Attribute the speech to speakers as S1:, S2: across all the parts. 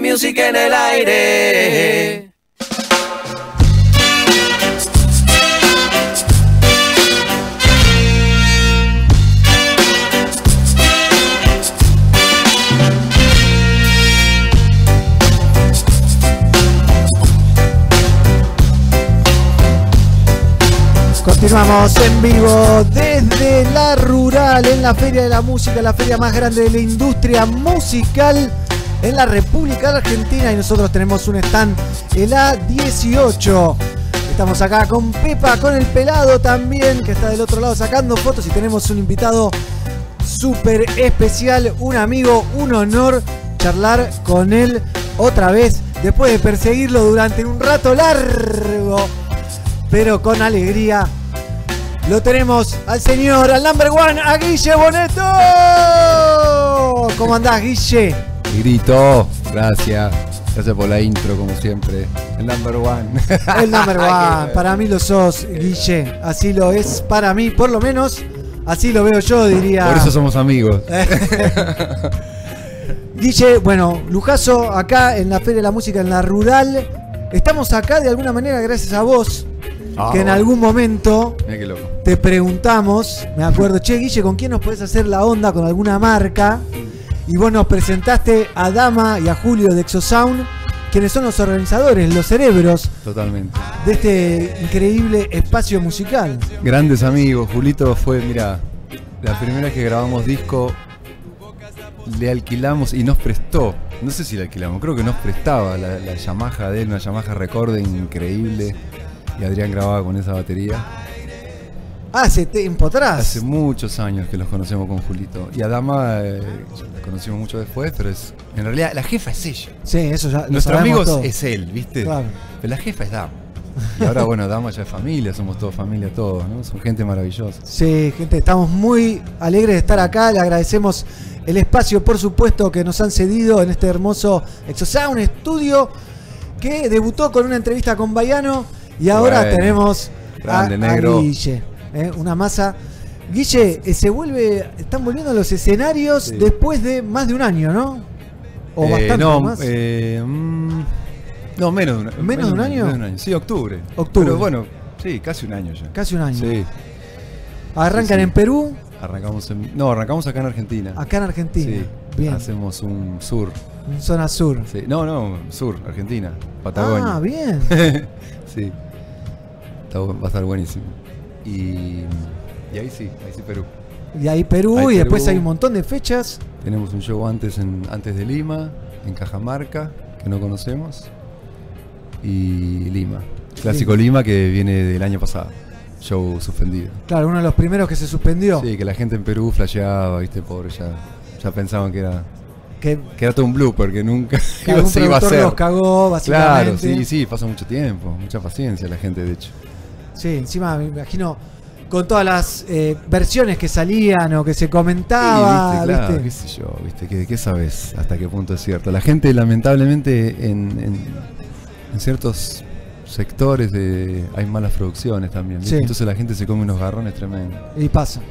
S1: música en el aire.
S2: Continuamos en vivo desde la rural, en la Feria de la Música, la feria más grande de la industria musical en la República Argentina. Y nosotros tenemos un stand, el A18. Estamos acá con Pepa, con el pelado también, que está del otro lado sacando fotos. Y tenemos un invitado súper especial, un amigo, un honor charlar con él otra vez, después de perseguirlo durante un rato largo pero con alegría. Lo tenemos al señor, al number one, a Guille Boneto. ¿Cómo andás, Guille?
S3: Grito, gracias. Gracias por la intro, como siempre. El number one.
S2: El number one. Para mí lo sos, Guille. Así lo es para mí, por lo menos. Así lo veo yo, diría.
S3: Por eso somos amigos.
S2: Guille, bueno, lujazo acá en la Feria de la Música en la Rural. Estamos acá de alguna manera gracias a vos,
S3: Ah,
S2: que en
S3: bueno.
S2: algún momento
S3: Mira qué loco.
S2: te preguntamos, me acuerdo, che Guille, ¿con quién nos podés hacer la onda con alguna marca? Y vos nos presentaste a Dama y a Julio de Exosound, quienes son los organizadores, los cerebros
S3: Totalmente.
S2: de este increíble espacio musical.
S3: Grandes amigos. Julito fue, mira, la primera vez que grabamos disco, le alquilamos y nos prestó. No sé si le alquilamos, creo que nos prestaba la, la Yamaha de él, una Yamaha Recording increíble. Y Adrián grababa con esa batería.
S2: Hace tiempo atrás.
S3: Hace muchos años que los conocemos con Julito. Y a Dama eh, la conocimos mucho después, pero es. En realidad, la jefa es ella.
S2: Sí, eso ya lo
S3: Nuestro
S2: sabemos
S3: amigo
S2: todo.
S3: es él, ¿viste?
S2: Claro.
S3: Pero la jefa es Dama. Y ahora, bueno, Dama ya es familia, somos todos familia, todos, ¿no? Son gente maravillosa.
S2: Sí, gente, estamos muy alegres de estar acá. Le agradecemos el espacio, por supuesto, que nos han cedido en este hermoso Exosound Studio, que debutó con una entrevista con Baiano y ahora
S3: Bueno,
S2: tenemos a,
S3: grande,
S2: a
S3: negro.
S2: Guille, ¿eh? una masa. Guille, eh, se vuelve, están volviendo a los escenarios
S3: Sí.
S2: después de más de un año, ¿no? O
S3: Eh,
S2: bastante
S3: no,
S2: más.
S3: eh, mm, no, menos de un,
S2: ¿Menos de un año?
S3: menos de un año. Sí, octubre.
S2: Octubre.
S3: Pero bueno, sí, casi un año ya.
S2: Casi un año.
S3: Sí,
S2: Arrancan
S3: sí, sí.
S2: en Perú,
S3: arrancamos en. No, arrancamos acá en Argentina.
S2: acá en Argentina.
S3: Sí,
S2: Bien,
S3: hacemos un sur.
S2: en zona sur.
S3: Sí, No, no, sur, Argentina, Patagonia.
S2: Ah, bien.
S3: sí. Está bu- va a estar buenísimo. Y, y ahí sí, ahí sí Perú.
S2: Y ahí Perú,
S3: Ahí
S2: y después
S3: Perú.
S2: hay un montón de fechas.
S3: Tenemos un show antes, en, antes de Lima, en Cajamarca, que no conocemos. Y Lima. Clásico Lima que viene del año pasado. Show suspendido.
S2: Claro, uno de los primeros que se suspendió.
S3: Sí, que la gente en Perú flasheaba, viste, pobre, ya, ya pensaban que era,
S2: Que,
S3: que era todo un blooper, que nunca
S2: que
S3: iba,
S2: algún
S3: se iba a
S2: productor
S3: ser.
S2: los cagó, básicamente.
S3: Claro, sí, sí, pasa mucho tiempo, mucha paciencia la gente, de hecho.
S2: Sí, encima me imagino con todas las eh, versiones que salían o que se comentaba.
S3: Sí, viste, claro,
S2: Ah, ¿viste?
S3: qué sé yo, viste, ¿Qué, qué sabes hasta qué punto es cierto? La gente lamentablemente en, en- en ciertos sectores de, hay malas producciones también, ¿viste?
S2: Sí.
S3: entonces la gente se come unos garrones tremendos.
S2: Y pasa.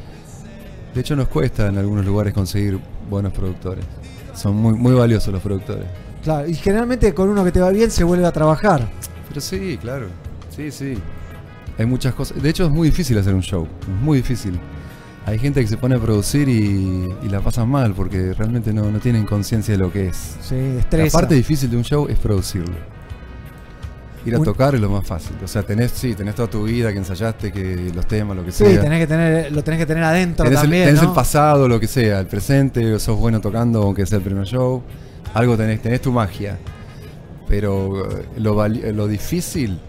S3: De hecho nos cuesta en algunos lugares conseguir buenos productores. Son muy, muy valiosos los productores.
S2: Claro, y generalmente con uno que te va bien se vuelve a trabajar.
S3: Pero sí, claro, sí, sí. Hay muchas cosas. De hecho es muy difícil hacer un show, es muy difícil. Hay gente que se pone a producir y, y la pasan mal porque realmente no, no tienen conciencia de lo que es.
S2: Sí,
S3: La
S2: estresa.
S3: parte difícil de un show es producirlo. Ir a
S2: Un-
S3: tocar es lo más fácil. O sea, tenés, sí, tenés toda tu vida que ensayaste, que los temas, lo que
S2: sí,
S3: sea.
S2: tenés que tener, lo tenés que tener adentro
S3: Tenés el,
S2: también.
S3: tenés
S2: ¿no?
S3: el pasado, lo que sea, el presente, sos bueno tocando, aunque sea el primer show. Algo tenés, tenés tu magia. Pero eh, lo, vali- eh, lo difícil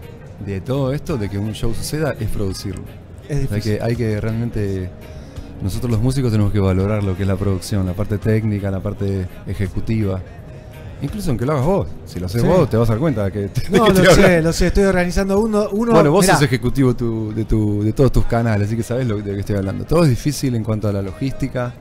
S3: de todo esto, de que un show suceda, es producirlo.
S2: Es
S3: O sea,
S2: difícil.
S3: que hay que realmente. Nosotros los músicos tenemos que valorar lo que es la producción, la parte técnica, la parte ejecutiva. Incluso aunque lo hagas vos, si lo haces
S2: Sí.
S3: vos te vas a dar cuenta que, te-
S2: No,
S3: que te
S2: lo
S3: hablan.
S2: sé, lo sé. Estoy organizando uno. uno
S3: Bueno, vos
S2: mirá,
S3: sos ejecutivo tu- de, tu- de todos tus canales, así que sabés lo, de lo que estoy hablando. Todo es difícil en cuanto a la logística,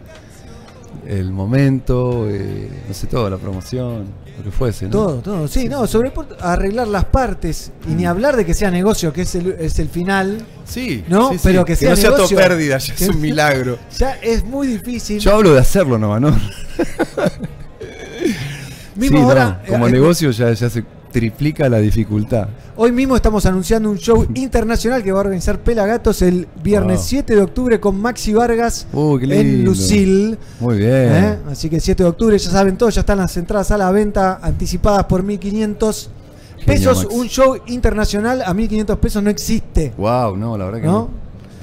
S3: el momento, eh, no sé, todo, la promoción, lo que fuese, ¿no?
S2: Todo, todo, sí, no, sobre por- arreglar las partes y
S3: Mm.
S2: ni hablar de que sea negocio, que es el, es el final,
S3: Sí,
S2: No,
S3: sí, sí.
S2: pero que sea
S3: no sea
S2: negocio.
S3: todo pérdida, ya es un milagro.
S2: ya es muy difícil.
S3: Yo hablo de hacerlo nomás, ¿no?
S2: Mismo
S3: Sí, no,
S2: ahora, eh,
S3: como
S2: eh,
S3: negocio ya, ya se triplica la dificultad.
S2: Hoy mismo estamos anunciando un show internacional que va a organizar Pelagatos el viernes
S3: Wow.
S2: 7 de octubre con Maxi Vargas
S3: Uh, qué
S2: en
S3: lindo.
S2: Lucil.
S3: Muy bien.
S2: ¿eh? Así que 7 de octubre, ya saben todos, ya están las entradas a la venta, anticipadas por 1.500
S3: Genio,
S2: pesos.
S3: Maxi.
S2: Un show internacional a 1.500 pesos no existe.
S3: Wow, no, la verdad que
S2: ¿No?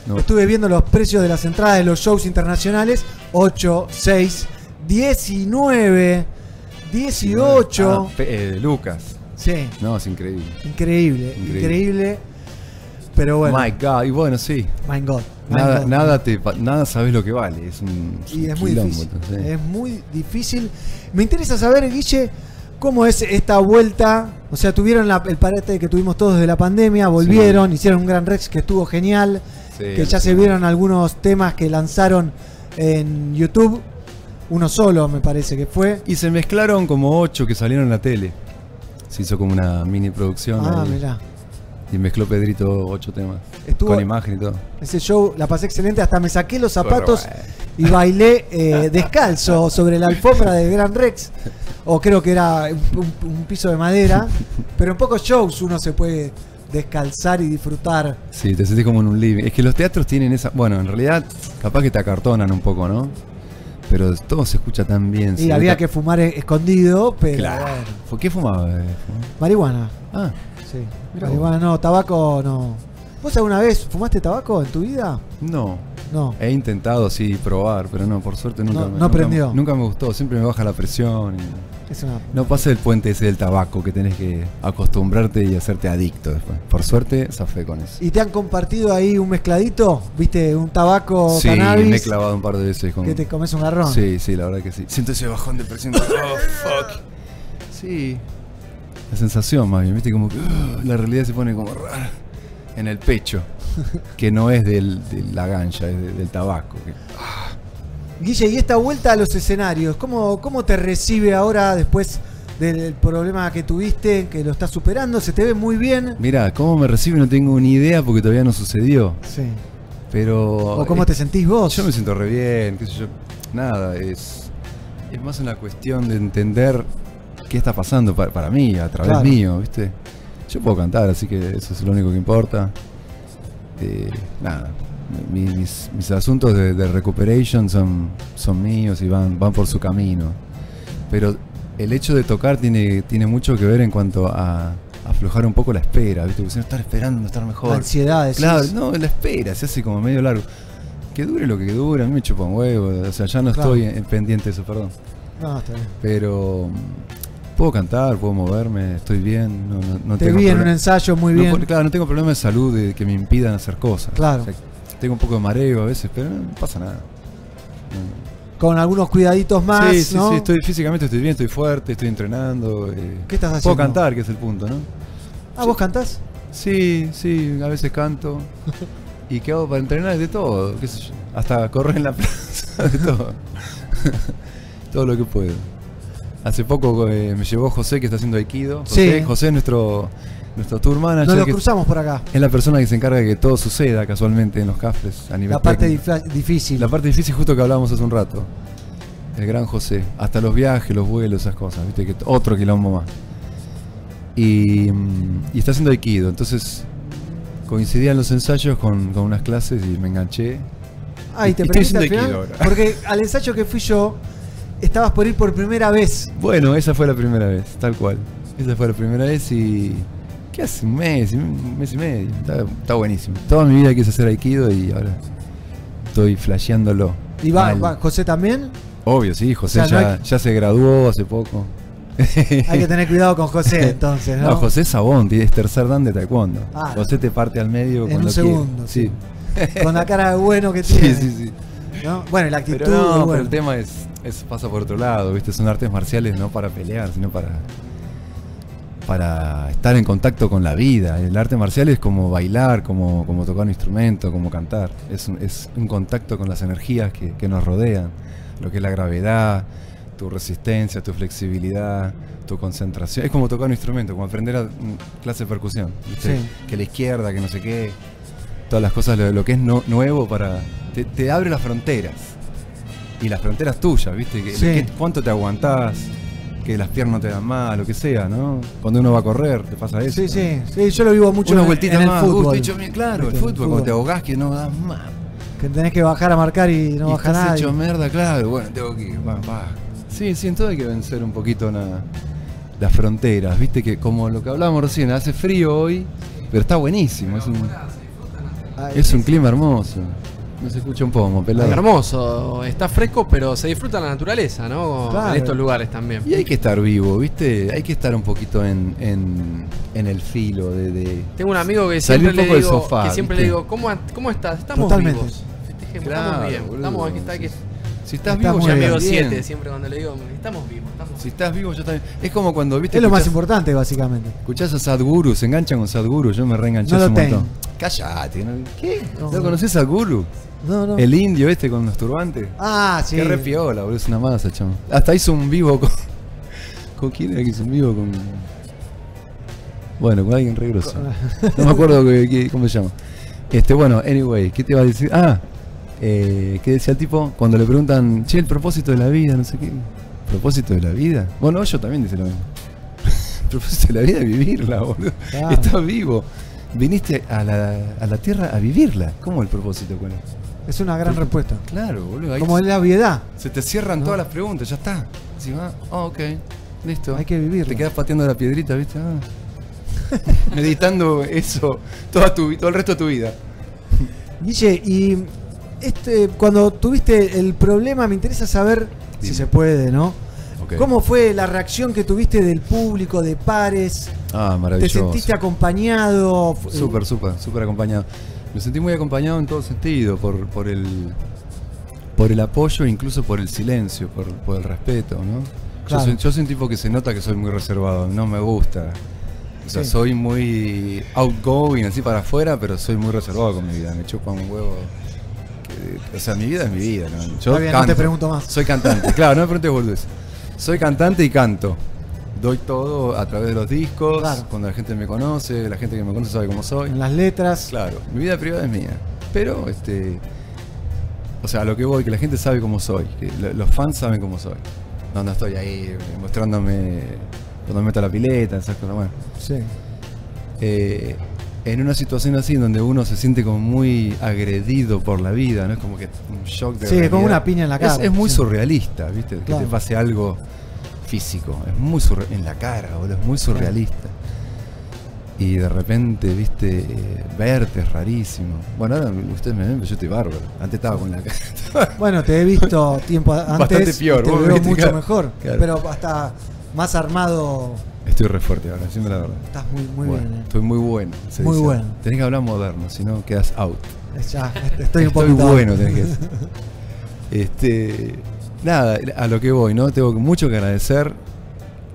S3: no. No.
S2: Estuve viendo los precios de las entradas de los shows internacionales. 8, 6, 19, 18.
S3: Ah, Fe- eh, Lucas.
S2: Sí,
S3: No, es increíble.
S2: increíble, increíble.
S3: Increíble.
S2: Pero bueno,
S3: My God, y bueno, sí.
S2: my God. my
S3: Nada,
S2: God.
S3: nada, te, pa- nada sabes lo que vale. Es un, es
S2: Y
S3: un
S2: es muy
S3: quilombo,
S2: difícil.
S3: entonces, eh.
S2: Es muy difícil. Me interesa saber, Guille, cómo es esta vuelta. O sea, tuvieron la- el parate que tuvimos todos de la pandemia, volvieron, hicieron un gran Rex que estuvo genial.
S3: Sí,
S2: que ya se vieron algunos temas que lanzaron en YouTube. Uno solo, me parece que fue.
S3: Y se mezclaron como ocho que salieron en la tele. Se hizo como una mini producción.
S2: Ah,
S3: ahí.
S2: mirá.
S3: Y mezcló Pedrito ocho temas.
S2: Estuvo-
S3: Con imagen y todo.
S2: Ese show la pasé excelente, hasta me saqué los zapatos y bailé eh, descalzo sobre la alfombra del Gran Rex. O creo que era un, un- un piso de madera. Pero en pocos shows uno se puede descalzar y disfrutar.
S3: Sí, te sentís como en un living. Es que los teatros tienen esa. Bueno, en realidad, capaz que te acartonan un poco, ¿no? Pero todo se escucha tan bien.
S2: Y había que fumar eh, escondido, pero
S3: Claro.
S2: bueno.
S3: ¿Por qué fumaba? eh?
S2: Marihuana,
S3: Ah,
S2: sí.
S3: Mirá
S2: Marihuana no, tabaco no. ¿Vos alguna vez fumaste tabaco en tu vida?
S3: no.
S2: No.
S3: He intentado, sí, probar, pero no, por suerte nunca
S2: No-
S3: me
S2: no
S3: nunca-
S2: prendió.
S3: Nunca me gustó, siempre me baja la presión. y-
S2: Es una
S3: No pasa el puente ese del tabaco que tenés que acostumbrarte y hacerte adicto después. Por suerte, zafé con eso.
S2: ¿Y te han compartido ahí un mezcladito? ¿Viste? Un tabaco
S3: Sí,
S2: cannabis.
S3: me he clavado un par de veces con.
S2: Que te comes un garrón.
S3: Sí, sí, la verdad que sí. Siento ese bajón de presión. oh, fuck. Sí. La sensación más bien, viste, como que uh, la realidad se pone como rara en el pecho. Que no es del- de la gancha, es de- del tabaco. que-
S2: Guille, y esta vuelta a los escenarios, ¿cómo, cómo te recibe ahora después del problema que tuviste, que lo estás superando? Se te ve muy bien.
S3: Mirá, cómo me recibe no tengo ni idea porque todavía no sucedió.
S2: Sí.
S3: Pero.
S2: ¿O cómo te sentís vos?
S3: Yo me siento re bien, qué sé yo. Nada, es. Es más una cuestión de entender qué está pasando pa- para, mí, a través
S2: Claro.
S3: mío, ¿viste? Yo puedo cantar, así que eso es lo único que importa. Eh, nada. mi- mis, mis asuntos de, de recuperation son, son míos y van, van por su camino. Pero el hecho de tocar tiene, tiene mucho que ver en cuanto a aflojar un poco la espera, ¿viste? Porque si no estar esperando, estar mejor.
S2: Ansiedad, decís.
S3: Claro, no, la espera, se hace como medio largo. Que dure lo que dure, a mí me chupa un huevo, o sea, ya no
S2: Claro.
S3: estoy en- pendiente de eso, perdón.
S2: No, está bien.
S3: Pero mm, puedo cantar, puedo moverme, estoy bien, no, no, no
S2: Te
S3: tengo
S2: vi en
S3: problema-
S2: un ensayo muy
S3: no,
S2: bien.
S3: por- claro, no tengo problemas de salud de que me impidan hacer cosas.
S2: Claro.
S3: tengo un poco de mareo a veces, pero no pasa nada. No.
S2: Con algunos cuidaditos más,
S3: sí, sí,
S2: ¿no?
S3: sí, estoy, físicamente estoy bien, estoy fuerte, estoy entrenando. eh,
S2: ¿Qué estás
S3: Puedo
S2: haciendo?
S3: cantar, que es el punto, ¿no?
S2: Ah, ¿vos cantás?
S3: Sí, sí, a veces canto. ¿Y qué hago para entrenar? De todo, qué sé yo. Hasta correr en la plaza, de todo. todo lo que puedo. Hace poco eh, me llevó José, que está haciendo Aikido. José,
S2: Sí.
S3: José es nuestro, nuestro tour manager.
S2: Nos lo
S3: que
S2: cruzamos por acá.
S3: es la persona que se encarga de que todo suceda casualmente en los cafres a nivel
S2: La parte
S3: técnico.
S2: difla- difícil.
S3: La parte difícil justo que hablábamos hace un rato. El gran José. Hasta los viajes, los vuelos, esas cosas. Viste que t- otro quilombo más. Y, mm, y está haciendo Aikido. Entonces coincidían los ensayos con, con unas clases y me enganché.
S2: Ay, te
S3: y estoy
S2: perdiste al
S3: haciendo
S2: final.
S3: Aikido ahora.
S2: Porque al ensayo que fui yo, estabas por ir por primera vez.
S3: Bueno, esa fue la primera vez, tal cual. Esa fue la primera vez y... ¿Qué hace? Un mes, un mes y medio. Está, está buenísimo. Toda mi vida quise hacer Aikido y ahora estoy flasheándolo.
S2: ¿Y va,
S3: Mal.
S2: va- José también?
S3: Obvio, sí, José
S2: O sea, no
S3: ya,
S2: hay-
S3: ya se graduó hace poco.
S2: Hay que tener cuidado con José entonces, ¿no?
S3: No, Ah, José Sabón, tiene- es tercer dan de taekwondo.
S2: Ah.
S3: José te parte al medio
S2: En
S3: cuando
S2: un
S3: quiere.
S2: segundo,
S3: Sí.
S2: Con la cara de bueno que tiene.
S3: sí, sí, sí.
S2: ¿no? Bueno, y la actitud.
S3: Pero no,
S2: y
S3: pero
S2: bueno.
S3: el tema es, es- pasa por otro lado, ¿viste? Son artes marciales no para pelear, sino para para estar en contacto con la vida. El arte marcial es como bailar, como, como tocar un instrumento, como cantar. Es un, es un contacto con las energías que, que nos rodean. Lo que es la gravedad, tu resistencia, tu flexibilidad, tu concentración. Es como tocar un instrumento, como aprender a mm, clase de percusión. ¿viste?
S2: Sí.
S3: Que la izquierda, que no sé qué. Todas las cosas, lo, lo que es no- nuevo para... Te, te abre las fronteras. Y las fronteras tuyas, ¿viste? Que-
S2: Sí.
S3: que- ¿Cuánto te aguantás? que las piernas te dan más, lo que sea, ¿no? Cuando uno va a correr, te pasa eso.
S2: Sí, sí, sí, yo lo vivo mucho
S3: Unas
S2: en-
S3: vueltitas
S2: en el
S3: más,
S2: fútbol.
S3: gusto, hecho mierda, claro, el
S2: Viste,
S3: fútbol, cuando te ahogás que no das más.
S2: Que tenés que bajar a marcar y no
S3: y
S2: baja
S3: estás
S2: nadie.
S3: hecho mierda, claro, bueno, tengo que ir, va, va. Sí, sí, entonces hay que vencer un poquito la- las fronteras, viste que como lo que hablábamos recién, hace frío hoy, pero está buenísimo, es un,
S2: Ay,
S3: es un clima hermoso. No se escucha un pomo, pelado.
S1: Hermoso, está fresco, pero se disfruta la naturaleza, ¿no?
S2: Claro.
S1: En estos lugares también.
S3: Y hay que estar vivo, ¿viste? Hay que estar un poquito en, en, en el filo de... de-
S1: Tengo un amigo que
S3: Salí
S1: siempre
S3: un
S1: le
S3: poco
S1: digo,
S3: del sofá,
S1: que siempre
S3: ¿viste?
S1: le digo, ¿cómo, cómo estás? Estamos
S2: Totalmente.
S1: vivos. Festejemos,
S3: Claro,
S1: estamos bien.
S3: boludo,
S1: estamos aquí, está
S3: sí,
S1: que
S3: sí. Si estás
S2: Está
S3: vivo,
S2: muy
S1: Mi
S3: ya
S2: bien.
S1: amigo
S3: estás bien.
S1: 7 siempre cuando le digo, estamos vivos, estamos
S3: Si
S1: vivos.
S3: estás vivo, yo también. Es como cuando, ¿viste?
S2: es lo más
S3: escuchás-
S2: importante, básicamente.
S3: Escuchás a Sadhguru, se enganchan con Sadhguru, yo me reenganché
S2: No lo
S3: hace un
S2: tengo.
S3: montón. Callate, ¿no? ¿qué?
S2: No,
S3: ¿No,
S2: no.
S3: conoces a Guru?
S2: No, no.
S3: El indio este con los turbantes.
S2: Ah, sí.
S3: Qué re piola, boludo, es una masa, chamo. Hasta hizo un vivo con. ¿Con quién era que hizo un vivo? Con. Bueno, con alguien re grosso. No me acuerdo que- que- cómo se llama. Este, bueno, anyway, ¿qué te iba a decir? Ah, eh, ¿qué decía el tipo? Cuando le preguntan, che, el propósito de la vida, no sé qué. ¿Propósito de la vida? Bueno, yo también dice lo mismo. el propósito de la vida es vivirla, boludo.
S2: Claro.
S3: Estás vivo. Viniste a la, a la tierra a vivirla. ¿Cómo el propósito con eso?
S2: Es una gran respuesta.
S3: Claro, boludo. ahí
S2: Como es la obviedad.
S3: se te cierran todas las preguntas, ya está. Si va, ah, ok, listo.
S2: Hay que vivirlo.
S3: Te quedas pateando la piedrita, ¿viste? Ah. Meditando eso toda tu, vi- todo el resto de tu vida.
S2: Guille, y este, cuando tuviste el problema, me interesa saber si
S3: Dime.
S2: se puede, ¿no? ¿Cómo fue la reacción que tuviste del público, de pares?
S3: Ah,
S2: ¿Te
S3: maravilloso.
S2: sentiste acompañado? eh, F-
S3: Súper, súper, súper acompañado. Me sentí muy acompañado en todo sentido, por, por el por el apoyo, incluso por el silencio, por, por el respeto, ¿no?
S2: Claro.
S3: Yo, soy, yo soy un tipo que se nota que soy muy reservado, no me gusta. O sea,
S2: Sí.
S3: soy muy outgoing, así para afuera, pero soy muy reservado con mi vida, me chupa un huevo. que- o sea, mi vida es mi vida, ¿no? Yo
S2: Está bien, no te pregunto más.
S3: Soy cantante, claro, no me preguntes boludeces. Soy cantante y canto. Doy todo a través de los discos,
S2: Claro.
S3: cuando la gente me conoce, la gente que me conoce sabe cómo soy.
S2: En las letras.
S3: Claro, mi vida privada es mía. Pero, este. O sea, a lo que voy, que la gente sabe cómo soy. que lo- los fans saben cómo soy. No, no estoy ahí mostrándome cuando meto la pileta, esas cosas. Bueno,
S2: Sí.
S3: eh, en una situación así, donde uno se siente como muy agredido por la vida, ¿no? Es como que un shock de.
S2: Sí, es como
S3: realidad.
S2: una piña en la
S3: Es-
S2: cara,
S3: Es, muy
S2: sí.
S3: surrealista, ¿viste?
S2: Claro.
S3: Que te pase algo físico. Es muy surre- En la cara, boludo. Es muy surrealista. Y de repente, viste, eh, verte es rarísimo. Bueno, ahora ustedes me ven, pero yo estoy bárbaro. Antes estaba con la cara.
S2: Bueno, te he visto tiempo a- antes.
S3: Bastante peor,
S2: y Te
S3: vos me
S2: veo
S3: viste,
S2: mucho
S3: claro,
S2: mejor.
S3: claro.
S2: Pero hasta más armado.
S3: estoy re fuerte ahora, decime la verdad.
S2: Estás muy, muy
S3: Bueno,
S2: bien. eh.
S3: Estoy muy bueno. se
S2: Muy bueno.
S3: Tenés que hablar moderno, si no quedas out.
S2: eh. Ya, este, estoy un
S3: Estoy
S2: poquito.
S3: bueno, tenés que decir. Este, nada, a lo que voy, ¿no? Tengo mucho que agradecer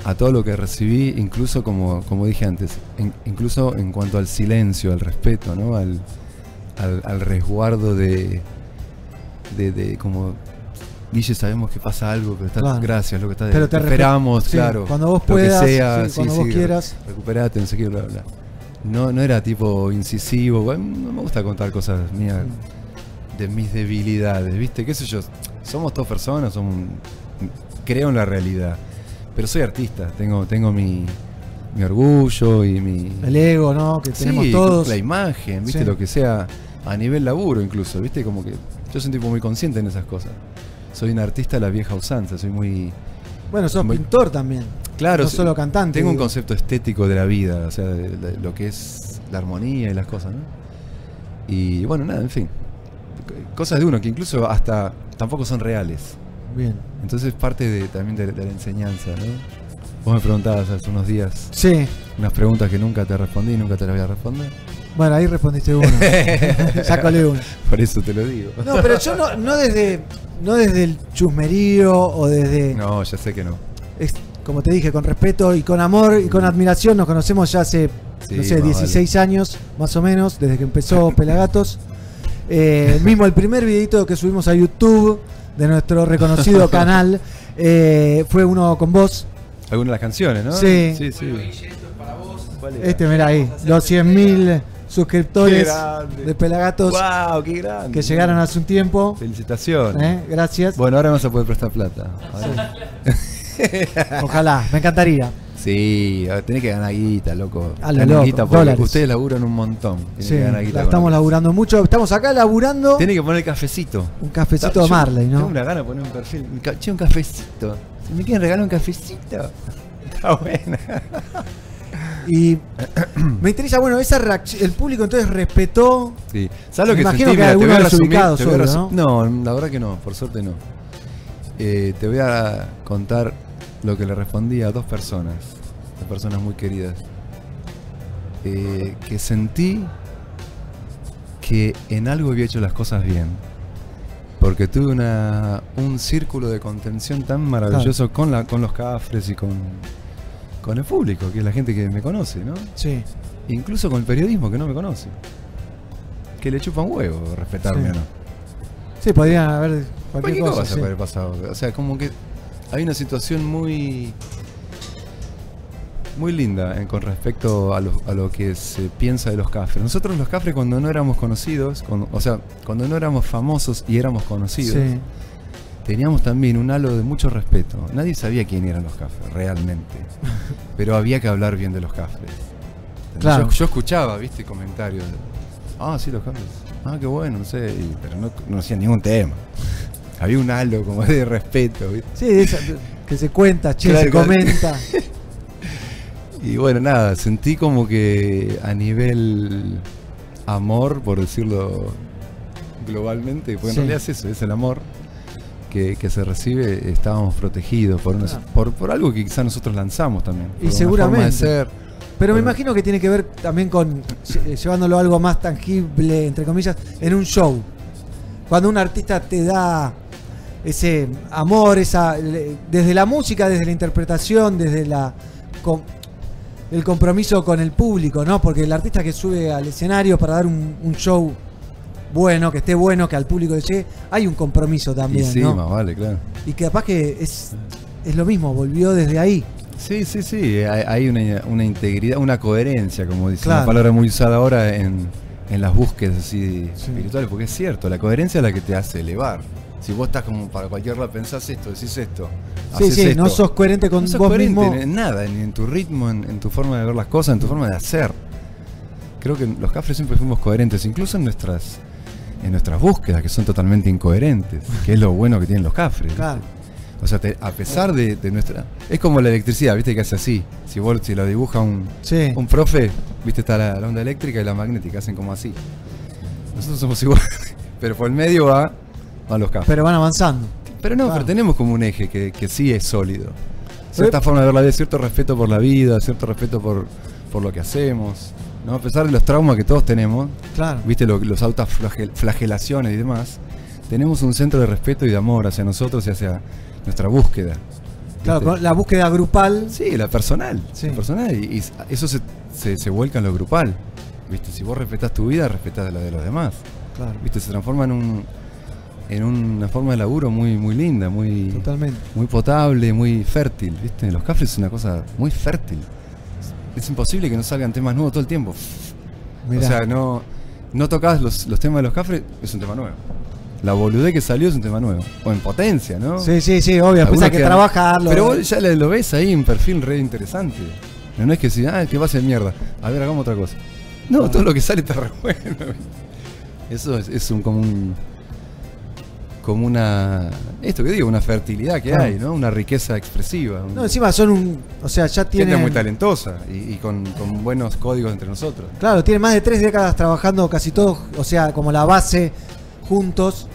S3: a todo lo que recibí, incluso como, como dije antes, en- incluso en cuanto al silencio, al respeto, ¿no? Al, al, al resguardo de, de, de como... Guille, sabemos que pasa algo, pero está,
S2: Claro.
S3: gracias, lo que está
S2: Pero te respe-
S3: esperamos,
S2: sí,
S3: claro.
S2: cuando vos
S3: lo que
S2: puedas,
S3: sea,
S2: sí, cuando vos quieras.
S3: Recuperate, no sé qué, bla, bla. No, no era tipo incisivo, bueno, no me gusta contar cosas mías de mis debilidades, ¿viste? ¿Qué sé yo? Somos dos personas, somos un- creo en la realidad, pero soy artista, tengo, tengo mi, mi orgullo y mi...
S2: El ego, ¿no? Que
S3: Sí,
S2: tenemos todos.
S3: La imagen, ¿viste?
S2: Sí.
S3: Lo que sea a nivel laburo incluso, ¿viste? Como que yo soy un tipo muy consciente en esas cosas. Soy un artista de la vieja usanza, soy muy...
S2: Bueno, sos
S3: Muy-
S2: pintor también.
S3: Claro,
S2: No
S3: sí,
S2: solo cantante.
S3: Tengo un
S2: digo.
S3: concepto estético de la vida, o sea, de- de lo que es la armonía y las cosas, ¿no? Y bueno, nada, en fin. C- Cosas de uno que incluso hasta tampoco son reales.
S2: Bien.
S3: Entonces parte de, también de, de la enseñanza, ¿no? Vos me preguntabas hace unos días
S2: Sí.
S3: unas preguntas que nunca te respondí y nunca te las voy a responder.
S2: Bueno, ahí respondiste uno. ya colé uno.
S3: Por eso te lo digo.
S2: No, pero yo no, no desde. No desde el chusmerío o desde.
S3: No, ya sé que no.
S2: es- como te dije, con respeto y con amor y con admiración. Nos conocemos ya hace,
S3: Sí,
S2: no sé,
S3: más
S2: 16 años, más o menos, desde que empezó Pelagatos. Eh, mismo el primer videito que subimos a YouTube de nuestro reconocido canal eh, fue uno con vos.
S3: Algunas de las canciones, ¿no?
S2: Sí.
S3: Sí, sí.
S2: Este, mira ahí, los 100.000 suscriptores
S3: Qué grande.
S2: de Pelagatos
S3: ¡Wow! ¡Qué grande!
S2: que llegaron hace un tiempo.
S3: Felicitaciones.
S2: Eh, Gracias.
S3: Bueno, ahora me vas a poder prestar plata. Ahora-
S2: Ojalá, me encantaría.
S3: Sí, a ver, tenés que ganar guita, loco.
S2: A lo
S3: Ganar
S2: loco,
S3: guita porque
S2: dólares.
S3: ustedes laburan un montón. Tenés
S2: Sí,
S3: que ganar guita
S2: la
S3: con
S2: estamos
S3: eso.
S2: laburando mucho. Estamos acá laburando
S3: Tiene que poner el cafecito.
S2: un cafecito de
S3: Yo-
S2: Marley,
S3: Tengo
S2: ¿no?
S3: una gana de poner un perfil. Un ca- Che, un cafecito. Si me quieren regalar un cafecito. Está buena.
S2: Y me interesa, bueno, esa reacc- el público entonces respetó.
S3: Sí. ¿Sabes
S2: Me
S3: lo que
S2: imagino que
S3: sentí? Mira, te
S2: alguno
S3: voy a resumir.
S2: desubicado
S3: te voy a
S2: solo,
S3: resu- ¿no? la verdad que no, por suerte no. Eh, te voy a contar lo que le respondí a dos personas, dos personas muy queridas, eh, que sentí que en algo había hecho las cosas bien. Porque tuve una, un círculo de contención tan maravilloso con, la, con los cafres y con, con el público, que es la gente que me conoce, ¿no?
S2: Sí.
S3: incluso con el periodismo que no me conoce. Que le chupa un huevo respetarme
S2: Sí.
S3: o no.
S2: Sí, podrían haber cualquier,
S3: Cualquier
S2: cosa.
S3: cosa,
S2: sí.
S3: puede haber pasado. O sea, como que hay una situación muy. Muy linda en- con respecto a lo, a lo que se piensa de los cafres. Nosotros los cafres cuando no éramos conocidos, cuando- o sea, cuando no éramos famosos y éramos conocidos,
S2: Sí.
S3: teníamos también un halo de mucho respeto. Nadie sabía quién eran los cafres, realmente. Pero había que hablar bien de los cafres. ¿Entendés?
S2: Claro.
S3: Yo, yo escuchaba, viste, comentarios. de, Ah, sí, los cafres. Ah, qué bueno, no sé. y- pero no, no hacían ningún tema. Había un halo como de respeto, ¿viste?
S2: Sí, de esa- que se cuenta, che,
S3: Claro,
S2: se
S3: claro.
S2: comenta.
S3: Y bueno, nada, sentí como que a nivel amor, por decirlo globalmente,
S2: Sí.
S3: porque en realidad es eso, es el amor que, que se recibe, estábamos protegidos por, una-
S2: Claro.
S3: por, por algo que quizás nosotros lanzamos también. por una
S2: seguramente.
S3: forma de ser.
S2: Pero me
S3: Bueno.
S2: imagino que tiene que ver también con lle- eh, llevándolo a algo más tangible, entre comillas, en un show. Cuando un artista te da ese amor, esa le- desde la música, desde la interpretación, desde la com- el compromiso con el público, ¿no? Porque el artista que sube al escenario para dar un, un show bueno, que esté bueno, que al público le llegue, hay un compromiso
S3: Y
S2: también,
S3: sí,
S2: ¿no?
S3: más vale, claro.
S2: Y capaz que es, es lo mismo, volvió desde ahí.
S3: Sí, sí, sí, hay, hay una, una integridad, una coherencia, como dice,
S2: Claro.
S3: una palabra muy usada ahora en, en las búsquedas así
S2: Sí.
S3: espirituales, porque es cierto, la coherencia es la que te hace elevar. Si vos estás como para cualquier lado, pensás esto, decís esto,
S2: Sí,
S3: haces
S2: sí,
S3: esto.
S2: no sos coherente con
S3: No sos
S2: vos
S3: coherente
S2: mismo.
S3: en nada, ni en tu ritmo, en, en tu forma de ver las cosas, en tu forma de hacer. Creo que los cafres siempre fuimos coherentes, incluso en nuestras en nuestras búsquedas, que son totalmente incoherentes, que es lo bueno que tienen los cafres.
S2: Claro.
S3: O sea, te- a pesar de, de nuestra... Es como la electricidad, viste que hace así. Si vos si lo dibuja un,
S2: Sí.
S3: un profe, viste está la, la onda eléctrica y la magnética, hacen como así. Nosotros somos iguales, pero por el medio va, van los cafres.
S2: Pero van avanzando.
S3: Pero no,
S2: Claro.
S3: pero tenemos como un eje que, que sí es sólido. Cierta forma de ver la vida, cierto respeto por la vida, cierto respeto por, por lo que hacemos. ¿no? A pesar de los traumas que todos tenemos,
S2: Claro.
S3: viste lo- los autos flagelaciones y demás, tenemos un centro de respeto y de amor hacia nosotros y hacia nuestra búsqueda.
S2: Claro,
S3: ¿viste?
S2: con la búsqueda grupal.
S3: Sí, la personal.
S2: Sí.
S3: la personal. Y, y eso se, se, se vuelca en lo grupal. ¿Viste? Si vos respetás tu vida, respetás la de los demás.
S2: Claro,
S3: ¿Viste? Se transforma en, un, en una forma de laburo muy, muy linda, muy,
S2: totalmente.
S3: muy potable, muy fértil. ¿viste? Los cafres es una cosa muy fértil. Es imposible que no salgan temas nuevos todo el tiempo.
S2: Mirá.
S3: O sea, no, no tocas los, los temas de los cafres, es un tema nuevo. La boludez que salió es un tema nuevo. O en potencia, ¿no?
S2: sí, sí, sí, obvio.
S3: Algunos
S2: Pesa que
S3: quedan-
S2: trabajarlo.
S3: Pero vos ya le- lo ves ahí en perfil re interesante. No, no es que si, ah, que va a ser mierda. A ver, hagamos otra cosa. No, todo lo que sale está re bueno. ¿viste? Eso es, es un como un. Como una. Esto que digo, una fertilidad que
S2: Claro.
S3: hay, ¿no? Una riqueza expresiva. un-
S2: No, encima son un. O sea, ya
S3: gente
S2: tienen.
S3: muy talentosa y, y con, con buenos códigos entre nosotros.
S2: Claro, tienen más de tres décadas trabajando casi todos, o sea, como la base, juntos.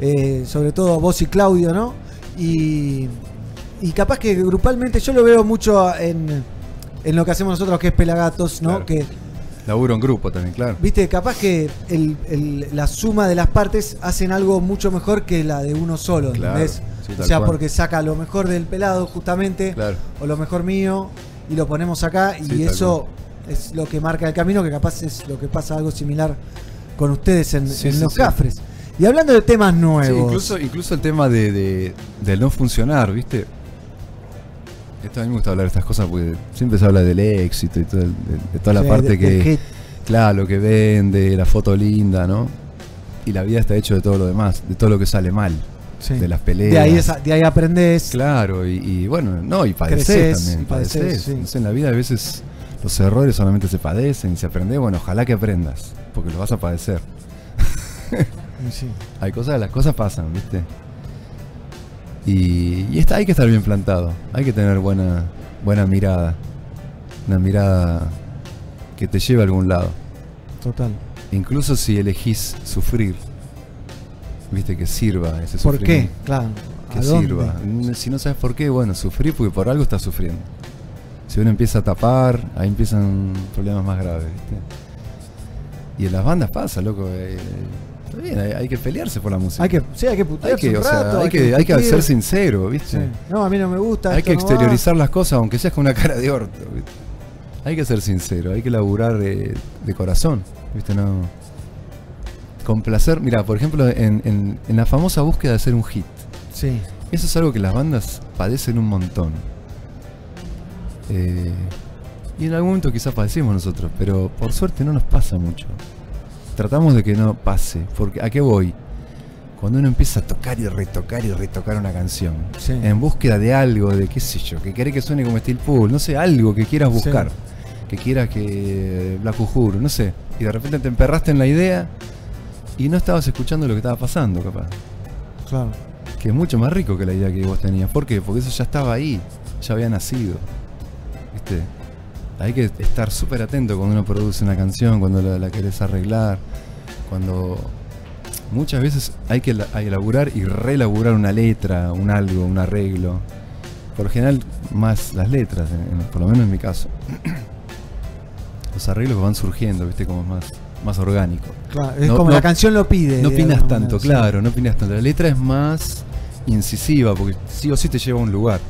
S2: Eh, sobre todo vos y Claudio, ¿no? Y, y capaz que grupalmente yo lo veo mucho en, en lo que hacemos nosotros, que es Pelagatos, ¿no?
S3: Claro.
S2: Que
S3: Laburo en grupo también, claro.
S2: Viste, capaz que el- el- la suma de las partes hacen algo mucho mejor que la de uno solo,
S3: Claro,
S2: ¿entendés?
S3: sí,
S2: o
S3: tal
S2: sea,
S3: cual.
S2: porque saca lo mejor del pelado justamente,
S3: Claro.
S2: o lo mejor mío, y lo ponemos acá,
S3: Sí,
S2: y
S3: tal
S2: eso es lo que marca el camino, que capaz es lo que pasa algo similar con ustedes en,
S3: Sí,
S2: en
S3: sí,
S2: los
S3: sí.
S2: cafres. Y hablando de temas
S3: Sí,
S2: nuevos,
S3: incluso, incluso el tema de, de- del no funcionar, ¿viste? Esto a mí me gusta hablar de estas cosas porque siempre se habla del éxito y todo el- de, de toda la
S2: Sí,
S3: parte
S2: de-
S3: que,
S2: del hit.
S3: claro, lo que vende, la foto linda, ¿no? Y la vida está hecho de todo lo demás, de todo lo que sale mal.
S2: Sí.
S3: de las peleas.
S2: De ahí, esa- de ahí aprendes.
S3: Claro, y, y bueno, no, y padeces
S2: Creces,
S3: también.
S2: y padeces,
S3: padeces.
S2: sí.
S3: No sé, en la vida a veces los errores solamente se padecen y si aprendes, bueno, ojalá que aprendas, porque lo vas a padecer.
S2: Sí.
S3: Hay cosas, las cosas pasan, ¿viste? Y, y está, hay que estar bien plantado, hay que tener buena, buena mirada, una mirada que te lleve a algún lado.
S2: Total.
S3: Incluso si elegís sufrir, ¿viste? Que sirva ese
S2: ¿Por qué?
S3: sufrimiento.
S2: Claro.
S3: que
S2: ¿A dónde?
S3: sirva. Mm, Si no sabes por qué, bueno, sufrir porque por algo estás sufriendo. Si uno empieza a tapar, ahí empiezan problemas más graves, ¿viste? Y en las bandas pasa, loco. eh, está bien, hay, hay que pelearse por la música.
S2: Hay que, sí, hay que
S3: hay
S2: putearse
S3: que,
S2: un
S3: o sea,
S2: rato,
S3: hay que, hay que
S2: discutir.
S3: ser sincero,
S2: Sí.
S3: ¿viste?
S2: No, a mí no me gusta.
S3: Hay
S2: esto
S3: que
S2: no va.
S3: exteriorizar las cosas, aunque seas con una cara de orto. ¿viste? Hay que ser sincero, hay que laburar eh, de corazón, ¿viste? No. Complacer, mira, por ejemplo, en, en- en la famosa búsqueda de hacer un hit.
S2: Sí.
S3: Eso es algo que las bandas padecen un montón. Eh, y en algún momento quizás padecemos nosotros, pero por suerte no nos pasa mucho. Tratamos de que no pase, porque ¿a qué voy? Cuando uno empieza a tocar y retocar y retocar una canción,
S2: Sí.
S3: en búsqueda de algo, de qué sé yo, que querés que suene como Steel Pool, no sé, algo que quieras
S2: Sí.
S3: buscar, que quieras que Black Uhuru, no sé, y de repente te emperraste en la idea y no estabas escuchando lo que estaba pasando, capaz
S2: Claro.
S3: que es mucho más rico que la idea que vos tenías. ¿Por qué? Porque eso ya estaba ahí, ya había nacido. ¿Viste? Hay que estar súper atento cuando uno produce una canción, cuando la, la querés arreglar, cuando... Muchas veces hay que la- hay que elaborar y reelaborar una letra, un algo, un arreglo. Por lo general, más las letras, en- en- por lo menos en mi caso. Los arreglos van surgiendo, ¿viste? Como es más, más orgánico.
S2: claro. Es
S3: No-
S2: como
S3: no-
S2: la canción lo pide.
S3: No
S2: de
S3: opinas
S2: Eh, alguna
S3: tanto,
S2: manera,
S3: claro, no opinas tanto. La letra es más incisiva porque sí o sí te lleva a un lugar.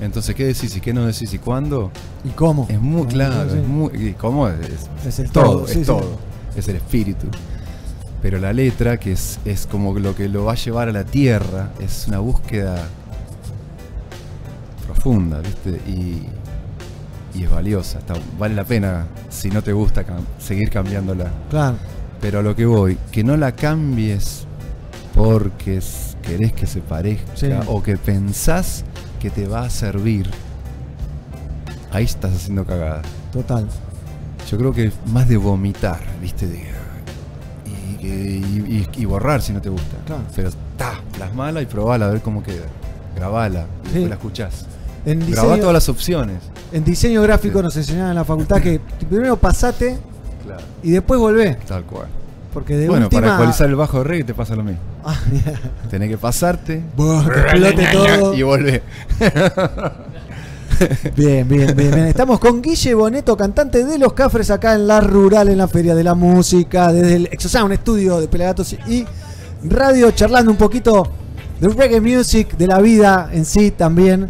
S3: Entonces, ¿qué decís y qué no decís y cuándo?
S2: sí. ¿Y cómo?
S3: Es muy
S2: Ah,
S3: claro,
S2: sí.
S3: es muy. y ¿Cómo? Es,
S2: Es el
S3: todo,
S2: todo,
S3: es
S2: sí, sí.
S3: todo. Es el espíritu. Pero la letra, que es, es como lo que lo va a llevar a la tierra, es una búsqueda profunda, ¿viste? Y, y es valiosa. está- vale la pena, si no te gusta, cam- seguir cambiándola.
S2: Claro.
S3: Pero a lo que voy, que no la cambies porque s- querés que se parezca
S2: Sí.
S3: o que pensás que te va a servir. Ahí estás haciendo cagada.
S2: Total.
S3: Yo creo que es más de vomitar, ¿viste? De- y, y- y- y borrar si no te gusta.
S2: Claro.
S3: Pero ta, plasmala y probala a ver cómo queda. Grabala y
S2: Sí.
S3: después la escuchás.
S2: En
S3: Grabá
S2: diseño,
S3: todas las opciones.
S2: en diseño gráfico
S3: Sí.
S2: nos enseñaban en la facultad que primero pasate
S3: Claro.
S2: y después volvé.
S3: Tal cual.
S2: Porque de
S3: bueno,
S2: última...
S3: para actualizar el bajo de reggae te pasa lo mismo.
S2: Ah, mira.
S3: Tenés que pasarte,
S2: Buah, que explote todo.
S3: y volver.
S2: Bien, bien, bien, bien. Estamos con Guille Boneto, cantante de Los Cafres, acá en La Rural, en la Feria de la Música, desde el Exosound Estudio de Pelagatos y Radio, charlando un poquito de reggae music, de la vida en sí también,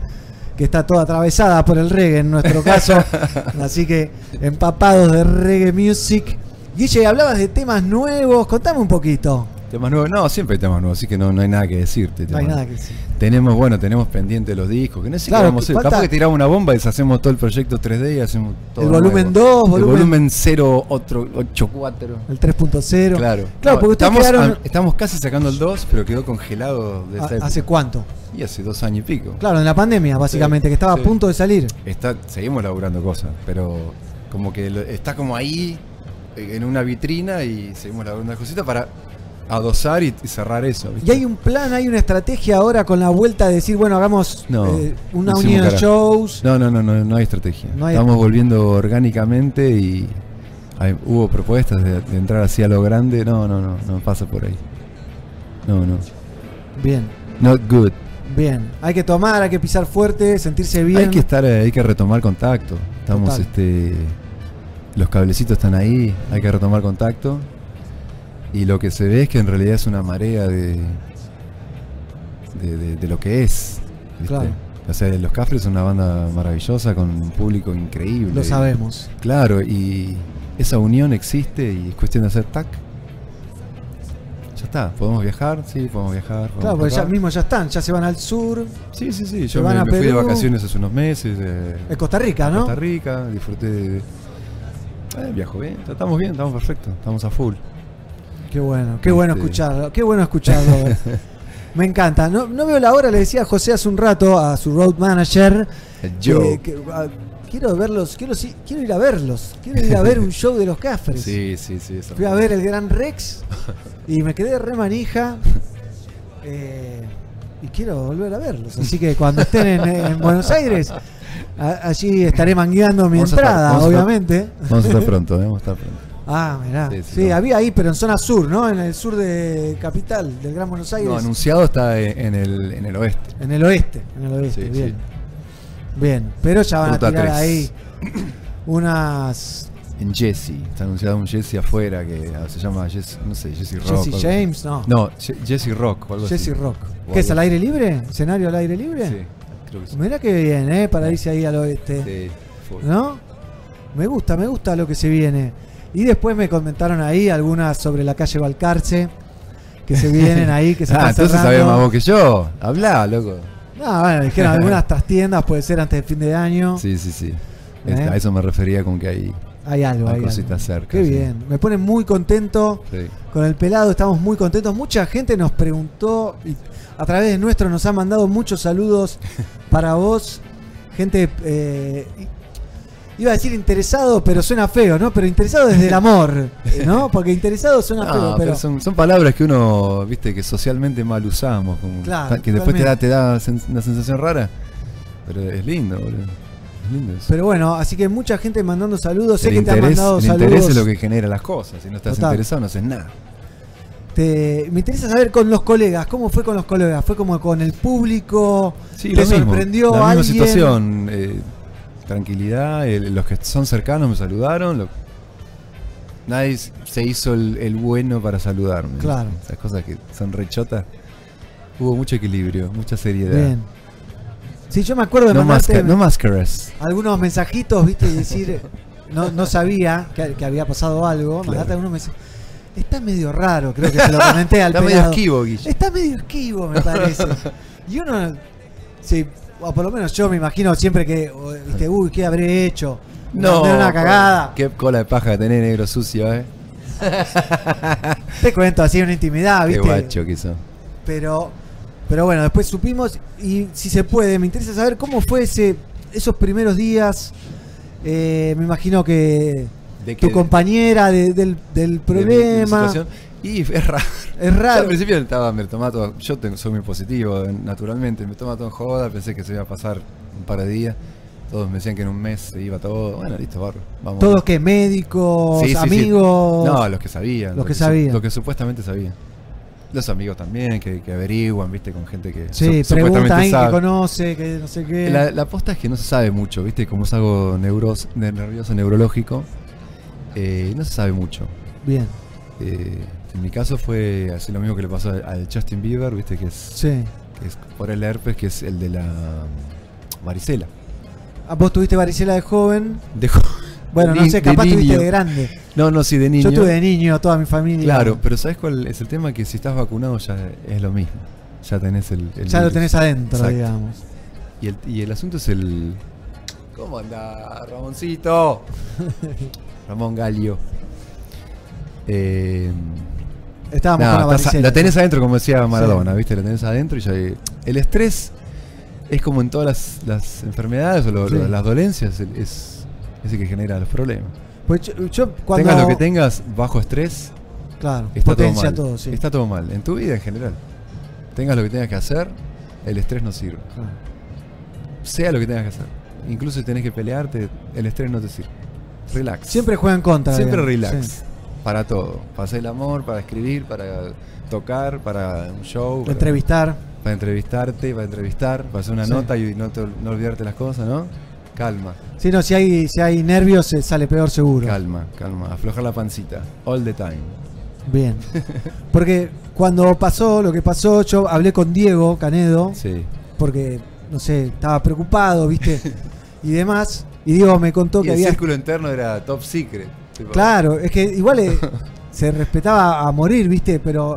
S2: que está toda atravesada por el reggae en nuestro caso. Así que empapados de reggae music. Guille, hablabas de temas nuevos, contame un poquito.
S3: ¿Temas nuevos? No, siempre hay temas nuevos, así que no, no hay nada que decirte.
S2: No hay
S3: temas-
S2: nada que decir.
S3: Tenemos, bueno, tenemos pendiente los discos, que no sé
S2: Claro,
S3: qué vamos a hacer.
S2: falta-
S3: Capaz que tiramos una bomba y deshacemos todo el proyecto 3D y hacemos todo.
S2: El volumen
S3: nuevo.
S2: 2,
S3: El
S2: volumen-
S3: volumen 0, otro 84.
S2: El 3.0.
S3: Claro.
S2: Claro,
S3: No,
S2: porque ustedes
S3: estamos,
S2: quedaron...
S3: ah, estamos casi sacando el 2, pero quedó congelado de esa
S2: ¿ha-
S3: época.
S2: ¿Hace cuánto?
S3: Y hace dos años y pico.
S2: Claro, en la pandemia, básicamente,
S3: Sí,
S2: que estaba
S3: sí.
S2: a punto de salir.
S3: Está, seguimos laburando cosas, pero como que lo- está como ahí eh, en una vitrina y seguimos laburando las cositas para adosar y, y cerrar eso. ¿viste?
S2: ¿Y hay un plan, hay una estrategia ahora con la vuelta de decir, bueno, hagamos
S3: No,
S2: eh, una
S3: hicimos
S2: unión de
S3: carajo.
S2: shows?
S3: No, no, no, no, no hay estrategia.
S2: No hay
S3: Estamos volviendo orgánicamente y hay- hubo propuestas de, de entrar así a lo grande. No, no, no, no pasa por ahí. No, no.
S2: Bien,
S3: Not good.
S2: bien. Hay que tomar, hay que pisar fuerte, sentirse bien.
S3: Hay que estar, eh, hay que retomar contacto. Estamos,
S2: Total.
S3: este, los cablecitos están ahí, hay que retomar contacto. Y lo que se ve es que en realidad es una marea de, de, de- de lo que es. ¿viste?
S2: Claro.
S3: O sea, los Cafres es una banda maravillosa con un público increíble.
S2: Lo sabemos.
S3: Claro, y esa unión existe y es cuestión de hacer tac. Ya está, podemos viajar, sí, podemos viajar. podemos
S2: Claro, porque ya
S3: tocar.
S2: mismo ya están, ya se van al sur,
S3: Sí, sí, sí.
S2: se
S3: Yo me,
S2: van a
S3: me fui de
S2: Perú.
S3: vacaciones hace unos meses. eh,
S2: en Costa Rica, ¿no?
S3: Costa Rica, disfruté de. eh, viajo bien, estamos bien, estamos perfectos, estamos a full.
S2: Qué bueno, qué bueno
S3: Este.
S2: escucharlo, qué bueno escucharlo. Me encanta. No, no veo la hora, le decía a José hace un rato a su road manager.
S3: Yo.
S2: eh, que, ah, quiero verlos, quiero, sí, quiero ir a verlos. Quiero ir a ver un show de los Cafres.
S3: Sí, sí, sí. eso.
S2: Fui a ver el Gran Rex y me quedé re manija. eh, y quiero volver a verlos. Así que cuando estén en, en Buenos Aires, a- allí estaré mangueando mi
S3: Vamos a estar-
S2: entrada,
S3: vamos a estar-
S2: obviamente.
S3: Vamos a estar pronto, eh, vamos a estar pronto.
S2: Ah, mirá. Sí,
S3: Sí, sí, no.
S2: había ahí, pero en zona sur, ¿no? En el sur de Capital, del Gran Buenos Aires.
S3: No, anunciado está en en el, en el oeste.
S2: En el oeste, en el oeste,
S3: Sí,
S2: bien. Bien, pero ya van
S3: Ruta
S2: a tirar
S3: tres.
S2: ahí unas
S3: En Jesse. Está anunciado un Jesse afuera que ah, se llama Jesse, no sé, Jesse Rock.
S2: Jesse
S3: o algo así.
S2: James, no,
S3: No, Je- Jesse Rock. o algo así.
S2: Jesse Rock.
S3: O
S2: ¿Qué es al
S3: algo
S2: aire libre? ¿Escenario al aire libre?
S3: Sí, creo que sí.
S2: Mirá que bien, ¿eh? Para irse ahí al oeste.
S3: Sí, Ah, full.
S2: ¿No? Me gusta, me gusta lo que se viene. Y después me comentaron ahí algunas sobre la calle Balcarce, que se vienen ahí, que se
S3: Ah,
S2: están
S3: entonces
S2: cerrando.
S3: sabés más vos que yo. Hablá, loco.
S2: No, bueno, dijeron algunas trastiendas, puede ser antes del fin de año.
S3: Sí, sí, sí.
S2: ¿Eh?
S3: Es- A eso me refería con que hay,
S2: Hay algo, hay
S3: hay
S2: algo.
S3: cositas cerca.
S2: Qué
S3: sí.
S2: bien, me pone muy contento
S3: Sí.
S2: con el pelado, estamos muy contentos. Mucha gente nos preguntó y a través de nuestro nos ha mandado muchos saludos para vos. Gente, eh, iba a decir interesado, pero suena feo, ¿no? Pero interesado desde el amor, ¿no? Porque interesado suena
S3: Ah,
S2: feo,
S3: pero
S2: pero...
S3: son, son palabras que uno, viste, que socialmente mal usamos. como-
S2: Claro,
S3: que después te da,
S2: totalmente.
S3: te da sen- una sensación rara. Pero es lindo, boludo. Es lindo eso.
S2: Pero bueno, así que mucha gente mandando saludos. Sé
S3: el
S2: que te han
S3: interés,
S2: mandado
S3: el
S2: saludos.
S3: interés es lo que genera las cosas. Si no estás
S2: Total.
S3: interesado, no haces nada.
S2: Te- me interesa saber con los colegas, ¿cómo fue con los colegas? ¿Fue como con el público?
S3: Sí,
S2: ¿Te
S3: lo mismo.
S2: sorprendió
S3: La misma
S2: alguien?
S3: situación. eh, tranquilidad. el- los que son cercanos me saludaron. lo- nadie s- se hizo el, el bueno para saludarme.
S2: Claro.
S3: Esas cosas que son rechotas. Hubo mucho equilibrio, mucha seriedad.
S2: Bien. Sí, yo me acuerdo de
S3: No,
S2: mandarte
S3: masca- no máscaras.
S2: algunos mensajitos, viste, y decir, no, no sabía que, que había pasado algo.
S3: Claro.
S2: Mandarte algunos mensajes. Está medio raro, creo que se lo comenté al
S3: Está medio
S2: pelado.
S3: esquivo, Guille.
S2: Está medio esquivo, me parece. Y uno, sí, o por lo menos yo me imagino siempre que, o, viste, uy, ¿qué habré hecho? Mandé una cagada.
S3: Qué cola de paja que tenés, negro sucio, eh.
S2: Te cuento así una intimidad,
S3: Qué
S2: Ah, viste.
S3: guacho que sos.
S2: Pero, pero bueno, después supimos y si se puede, me interesa saber cómo fue ese, esos primeros días. Eh, me imagino que
S3: ¿De
S2: tu
S3: qué-
S2: compañera de- del, del
S3: de mi- de mi
S2: problema
S3: situación? y es raro.
S2: es
S3: Yo Al
S2: raro.
S3: principio estaba, me tomaba todo- yo tengo- soy muy positivo, eh, naturalmente, me tomaba todo en joda, pensé que se iba a pasar un par de días. Todos me decían que en un mes se iba todo. Bueno, listo, barro. Vamos.
S2: Todos que médicos,
S3: Sí, sí, sí.
S2: amigos.
S3: No, los que sabían.
S2: Los
S3: lo
S2: que
S3: su-
S2: sabían.
S3: Lo que supuestamente sabían. Los amigos también, que, que averiguan, viste, con gente que
S2: sí,
S3: su-
S2: pregunta a
S3: supuestamente
S2: alguien que
S3: sabe.
S2: conoce, que no sé qué.
S3: La, la posta es que no se sabe mucho, ¿viste? Como es algo neuros- de nervioso, neurológico, eh, no se sabe mucho.
S2: Bien,
S3: Eh, en mi caso fue así lo mismo que le pasó al- al Justin Bieber, ¿viste? Que es,
S2: sí.
S3: que es por el herpes, que es el de la
S2: mm,
S3: varicela.
S2: Ah, Vos tuviste varicela de joven.
S3: Dejó-
S2: Bueno,
S3: de
S2: no
S3: ni-
S2: sé,
S3: de
S2: capaz tuviste
S3: niño.
S2: de grande.
S3: No, no, sí, de niño.
S2: Yo tuve de niño, toda mi familia.
S3: Claro, pero ¿sabes cuál es el tema? Que si estás vacunado ya es lo mismo. Ya tenés el. el
S2: Ya lo
S3: virus.
S2: tenés adentro,
S3: Exacto.
S2: digamos.
S3: Y el, y el asunto es el. ¿Cómo anda, Ramoncito? Ramón Galio. Eh,
S2: Estábamos
S3: nada,
S2: con la
S3: estás-
S2: varicela.
S3: lo tenés adentro, como decía Maradona, ¿viste? Lo tenés adentro y ya. El estrés es como en todas las, las enfermedades o lo- lo-
S2: Sí.
S3: las dolencias, el- es, es el que genera los problemas.
S2: Pues yo, yo cuando
S3: Tengas lo que tengas, bajo estrés,
S2: claro,
S3: está todo
S2: potencia
S3: mal.
S2: todo, sí.
S3: Está todo mal, en tu vida en general. Tengas lo que tengas que hacer, el estrés no sirve.
S2: Claro.
S3: sea lo que tengas que hacer. Incluso si tenés que pelearte, el estrés no te sirve. Relax.
S2: Siempre juega en contra.
S3: Siempre
S2: digamos,
S3: relax.
S2: sí.
S3: Para todo. Para hacer el amor, para escribir, para tocar, para un show. Para,
S2: Entrevistar.
S3: para entrevistarte, para entrevistar, para hacer una
S2: Sí.
S3: nota y no, te- no olvidarte las cosas, ¿no? Calma,
S2: Si no, si hay, si hay nervios eh, sale peor seguro.
S3: calma, calma. Aflojar la pancita. All the time.
S2: Bien. Porque cuando pasó lo que pasó, yo hablé con Diego Canedo,
S3: Sí.
S2: porque, no sé, estaba preocupado, viste, y demás. Y Diego me contó
S3: Y
S2: que
S3: el
S2: había...
S3: círculo interno era top secret. tipo,
S2: Claro, es que igual eh, se respetaba a morir, viste, pero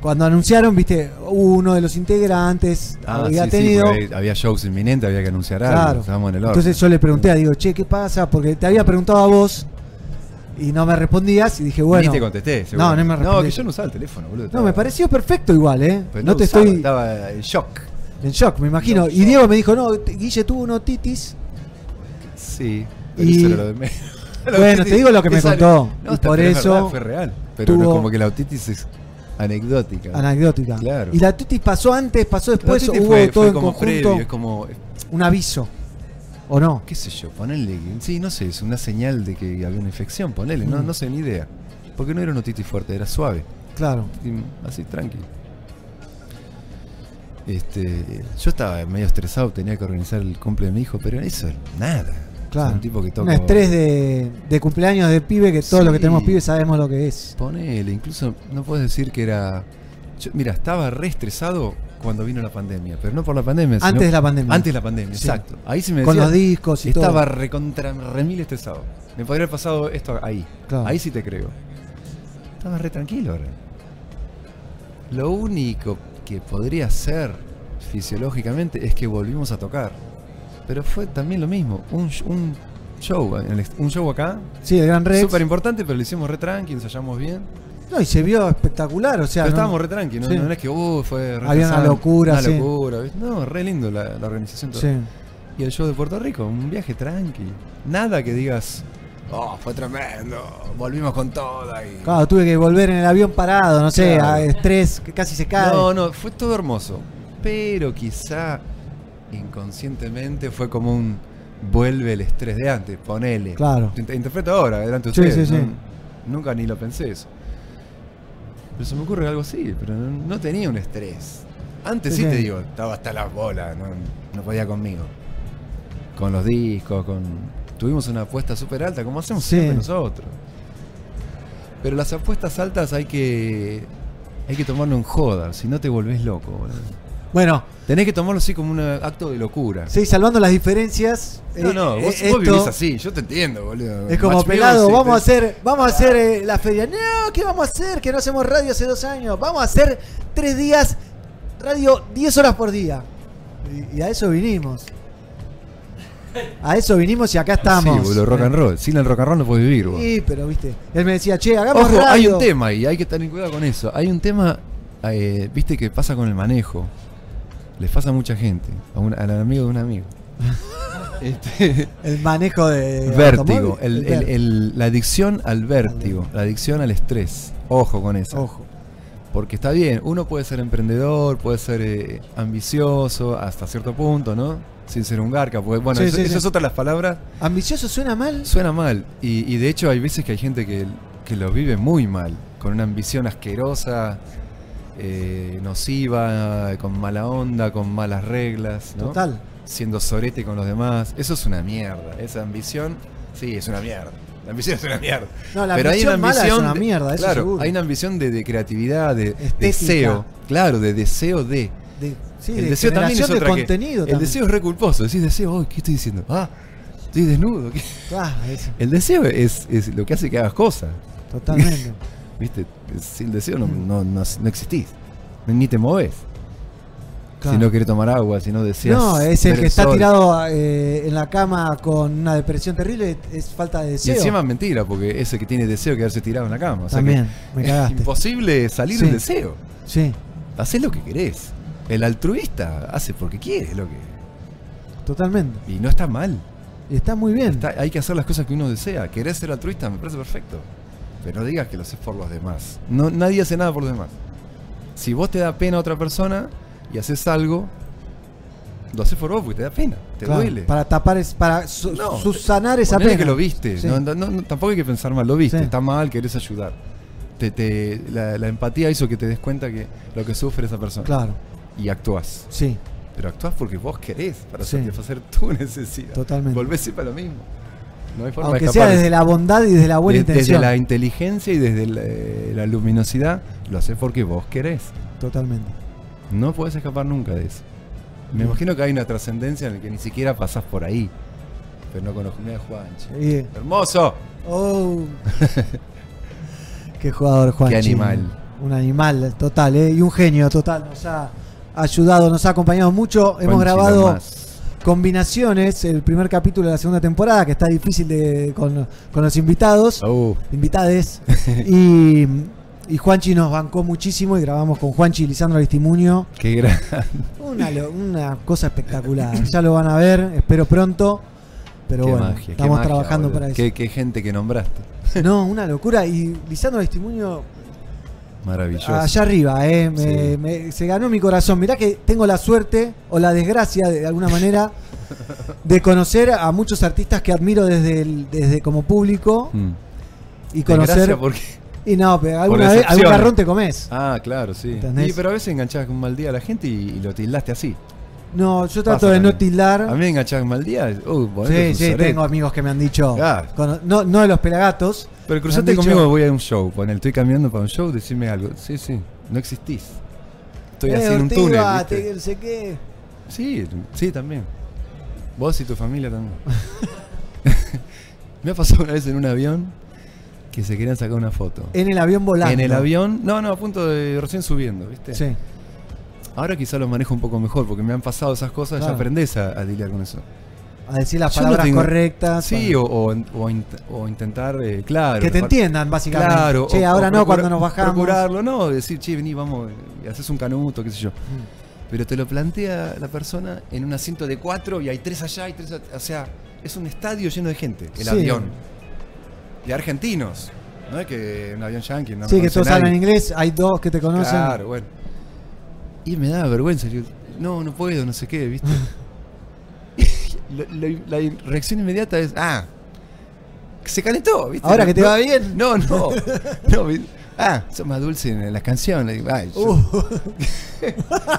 S2: cuando anunciaron, viste, uno de los integrantes
S3: Ah,
S2: había
S3: sí, sí,
S2: tenido...
S3: porque había shows inminentes, había que anunciar algo.
S2: Claro.
S3: Estábamos en el horno.
S2: Entonces yo le pregunté a Diego, che, ¿qué pasa? Porque te había preguntado a vos y no me respondías y dije, bueno.
S3: Ni te contesté, seguro.
S2: No, no me
S3: No,
S2: respondí.
S3: que yo no usaba el teléfono, boludo.
S2: No, me pareció perfecto igual, ¿eh?
S3: Pues
S2: no, te
S3: usaba,
S2: estoy
S3: Estaba en shock.
S2: en shock, me imagino. y Diego me dijo, no, te- Guille tuvo una otitis.
S3: Sí.
S2: pero Y- eso era lo de Bueno, te digo lo que me contó, y por eso
S3: fue real. Pero no
S2: tuvo-
S3: es como que la autitis es anecdótica.
S2: Anecdótica.
S3: Claro.
S2: Y la otitis pasó antes, pasó
S3: La
S2: después,
S3: autitis
S2: Pues hubo
S3: fue,
S2: todo
S3: fue
S2: en
S3: como
S2: conjunto.
S3: previo, es como,
S2: Un aviso. ¿O no?
S3: qué sé yo, ponele, sí, no sé, es una señal de que había una infección, ponele, no,
S2: Mm.
S3: no sé ni idea. Porque no era una otitis fuerte, era suave,
S2: Claro.
S3: y así, tranqui. Este, yo estaba medio estresado, tenía que organizar el cumple de mi hijo, pero eso, nada.
S2: Claro.
S3: Un tipo que toca.
S2: Un estrés de, de cumpleaños de pibe que todos
S3: Sí.
S2: los que tenemos pibes sabemos lo que es.
S3: Ponele, incluso no puedes decir que era. yo- mira, estaba re estresado cuando vino la pandemia, pero no por la pandemia. sino-
S2: Antes de la pandemia.
S3: Antes de la pandemia,
S2: Sí.
S3: exacto. Ahí se me
S2: Con
S3: decía,
S2: los discos y
S3: Estaba
S2: todo.
S3: recontra remil estresado. Me podría haber pasado esto ahí.
S2: Claro.
S3: Ahí sí te creo. Estaba re tranquilo ahora. Lo único que podría ser fisiológicamente es que volvimos a tocar. Pero fue también lo mismo. Un, sh- un show, en el ex- un show acá.
S2: Sí, el Gran Rex.
S3: Súper importante, pero lo hicimos re tranqui, ensayamos bien.
S2: No, y se vio espectacular, o sea.
S3: Pero
S2: ¿no?
S3: estábamos re tranqui, ¿no?
S2: Sí.
S3: No es que, uh, fue re
S2: Había una
S3: pesado,
S2: locura,
S3: una
S2: sí.
S3: locura, ¿viste? No, re lindo la, la organización. todo.
S2: Sí.
S3: Y el show de Puerto Rico, un viaje tranqui. Nada que digas, oh, fue tremendo, volvimos con toda y...
S2: Claro, tuve que volver en el avión parado, no sé,
S3: Claro.
S2: a estrés, que casi se cae.
S3: No, no, fue todo hermoso. Pero quizá inconscientemente fue como un vuelve el estrés de antes, ponele.
S2: Claro.
S3: Te interpreto ahora, delante de
S2: Sí,
S3: ustedes.
S2: sí, sí.
S3: ¿no? Nunca ni lo pensé eso. Pero se me ocurre algo así, pero no, no tenía un estrés. Antes
S2: Sí,
S3: sí,
S2: sí.
S3: te digo, estaba hasta las bolas, no, no podía conmigo. Con los discos, con. Tuvimos una apuesta súper alta, como hacemos
S2: Sí.
S3: siempre nosotros. Pero las apuestas altas hay que. Hay que tomarlo en joda, si no te volvés loco, boludo.
S2: Bueno,
S3: Tenés que tomarlo así como un acto de locura.
S2: sí, salvando las diferencias.
S3: No,
S2: eh,
S3: no, vos,
S2: eh, esto
S3: vos vivís así, yo te entiendo, boludo.
S2: Es como
S3: Match
S2: pelado,
S3: music,
S2: vamos a
S3: te-
S2: hacer, vamos a hacer eh, la feria. No, ¿qué vamos a hacer? Que no hacemos radio hace dos años. Vamos a hacer tres días, radio 10 horas por día. Y, y a eso vinimos. A eso vinimos y acá estamos.
S3: Ah, este, Sí, boludo, rock and roll. Sin el rock and roll no podés vivir, boludo.
S2: Sí, pero viste. Él me decía, che, hagamos
S3: Ojo,
S2: radio.
S3: hay un tema ahí, hay que tener cuidado con eso. Hay un tema, eh, viste, que pasa con el manejo. Les pasa a mucha gente, a un- al amigo de un amigo. Este,
S2: El manejo de. automóvil.
S3: vértigo, el- el- el- la adicción al vértigo, la adicción al estrés. Ojo con eso.
S2: Ojo.
S3: Porque está bien, uno puede ser emprendedor, puede ser eh, ambicioso hasta cierto punto, ¿no? Sin ser un garca, porque bueno,
S2: Sí,
S3: eso-
S2: sí,
S3: esas
S2: sí.
S3: es otra de las palabras.
S2: Ambicioso suena mal.
S3: Suena mal, y, y de hecho hay veces que hay gente que, que lo vive muy mal, con una ambición asquerosa, eh, nociva, con mala onda, con malas reglas, ¿no?
S2: Total.
S3: Siendo sorete con los demás, eso es una mierda, esa ambición, sí, es una mierda. La ambición es una mierda.
S2: No, la
S3: Pero hay una
S2: ambición mala es
S3: ambición.
S2: una
S3: de-
S2: mierda, eso
S3: claro,
S2: seguro.
S3: hay una ambición de, de creatividad, de
S2: Estética.
S3: deseo. Claro, de deseo de.
S2: De, sí,
S3: el
S2: de
S3: deseo también es
S2: generación
S3: otra
S2: de
S3: que-
S2: contenido.
S3: El deseo es reculposo. Decís deseo, "Ay, ¿qué estoy diciendo? Ah, estoy desnudo. ¿qué?". El deseo es, es lo que hace que hagas cosas.
S2: totalmente.
S3: ¿Viste? Sin deseo no, no, no, no existís. Ni te moves.
S2: Claro.
S3: Si no querés tomar agua, si no deseas.
S2: No, es el
S3: ver
S2: que está
S3: sol.
S2: tirado eh, en la cama con una depresión terrible, es falta de
S3: Y
S2: deseo.
S3: encima es mentira, porque ese que tiene deseo quedarse tirado en la cama. O sea que
S2: También, me
S3: es
S2: cagaste.
S3: imposible salir
S2: Sí.
S3: del deseo.
S2: Sí,
S3: Haces lo que querés. El altruista hace porque quiere lo que.
S2: totalmente.
S3: Y no está mal.
S2: Y está muy bien.
S3: Está- hay que hacer las cosas que uno desea. Querés ser altruista, me parece perfecto. Pero no digas que lo haces por los demás. No, nadie hace nada por los demás. Si vos te da pena a otra persona y haces algo, lo haces por vos porque te da pena, te
S2: Claro,
S3: duele.
S2: Para tapar, es, para su-
S3: No,
S2: subsanar esa
S3: Ponele
S2: pena.
S3: que lo viste.
S2: Sí.
S3: No, no- no- tampoco hay que pensar mal, lo viste.
S2: Sí.
S3: Está mal, querés ayudar. Te, te- la, la empatía hizo que te des cuenta que lo que sufre esa persona.
S2: Claro,
S3: Y actuás.
S2: sí,
S3: Pero actuás porque vos querés, para
S2: Sí.
S3: satisfacer tu necesidad.
S2: Totalmente.
S3: Volvés siempre a lo mismo. No hay forma de
S2: aunque sea
S3: escapar de
S2: desde la bondad y desde la buena
S3: de- desde,
S2: intención.
S3: la inteligencia y desde la, eh, la luminosidad, lo haces porque vos querés.
S2: Totalmente.
S3: No podés escapar nunca de eso.
S2: Mm.
S3: Me imagino que hay una trascendencia en la que ni siquiera pasás por ahí. Pero no conozco nada de Juanchi.
S2: Y-
S3: ¡Hermoso!
S2: oh. Qué jugador, Juan.
S3: Qué animal.
S2: Un animal total, ¿eh? y un genio total. Nos ha ayudado, nos ha acompañado mucho. Hemos
S3: Juanchi
S2: grabado
S3: nomás.
S2: Combinaciones, el primer capítulo de la segunda temporada, que está difícil de, con, con los invitados,
S3: Uh,
S2: invitades. Y, y Juanchi nos bancó muchísimo y grabamos con Juanchi y Lisandro Aristimuño.
S3: qué gran.
S2: Una, lo- una cosa espectacular. Ya lo van a ver, espero pronto. Pero
S3: qué
S2: bueno,
S3: magia, qué
S2: estamos
S3: magia,
S2: trabajando
S3: boludo.
S2: para eso.
S3: Qué, qué gente que nombraste.
S2: No, una locura. Y Lisandro Testimonio
S3: Maravilloso.
S2: allá arriba, eh, me-
S3: Sí.
S2: me- se ganó mi corazón. Mirá que tengo la suerte o la desgracia de, alguna manera de conocer a muchos artistas que admiro desde, el- desde como público
S3: Mm.
S2: y conocer.
S3: Desgracia porque...
S2: Y no, pero alguna vez, algún
S3: decepción.
S2: garrón te comes.
S3: Ah, claro, sí.
S2: ¿Entendés?
S3: Y, pero a veces enganchabas con mal día a la gente y, y lo tildaste así.
S2: No, yo trato
S3: Pasa
S2: de no
S3: también. A mí
S2: tildar.
S3: me enganchabas con mal día. Uh,
S2: Ah.
S3: vos
S2: Sí,
S3: eres un
S2: sí,
S3: sorete.
S2: tengo amigos que me han dicho.
S3: Ah.
S2: cono- no, no de los pelagatos.
S3: Pero
S2: Me
S3: cruzate
S2: han dicho-
S3: conmigo, voy a un show. Ponele, estoy caminando para un show, decime algo. Sí, sí, no existís. Estoy
S2: "Eh,
S3: así en un
S2: Ortiga,
S3: túnel.
S2: te-
S3: ¿viste?
S2: no sé qué.
S3: Sí, sí, también. Vos y tu familia también. Me ha pasado una vez en un avión que se querían sacar una foto.
S2: En el avión volando.
S3: En el avión, no, no, a punto de recién subiendo, ¿viste?
S2: Sí.
S3: Ahora quizá lo manejo un poco mejor porque me han pasado esas cosas,
S2: Claro.
S3: ya aprendés a, a lidiar con eso.
S2: A decir las
S3: Yo no
S2: palabras
S3: tengo-
S2: correctas.
S3: Sí,
S2: para-
S3: o, o in- o int- o intentar, eh, claro.
S2: que te
S3: la parte-
S2: entiendan, básicamente.
S3: Claro.
S2: Che,
S3: o-
S2: ahora
S3: o
S2: no,
S3: procura-
S2: cuando nos bajamos.
S3: Procurarlo, no, decir, che, vení, vamos, eh, y haces un canuto, qué sé yo.
S2: Mm.
S3: Pero te lo plantea la persona en un asiento de cuatro y hay tres allá y tres a- O sea, es un estadio lleno de gente, el
S2: Sí.
S3: avión. De argentinos. No es que un avión yankee, no
S2: sí, que
S3: conoce
S2: todos
S3: nadie.
S2: hablan inglés, hay dos que te conocen.
S3: Claro, bueno. Y me daba vergüenza. yo, no, no puedo, no sé qué, ¿viste? la, la- la reacción inmediata es, ah, se calentó, ¿viste?
S2: Ahora que te
S3: No-
S2: va bien.
S3: No, no. no vi- ah, sos más dulce en las canciones. digo, ay, yo-
S2: Uh,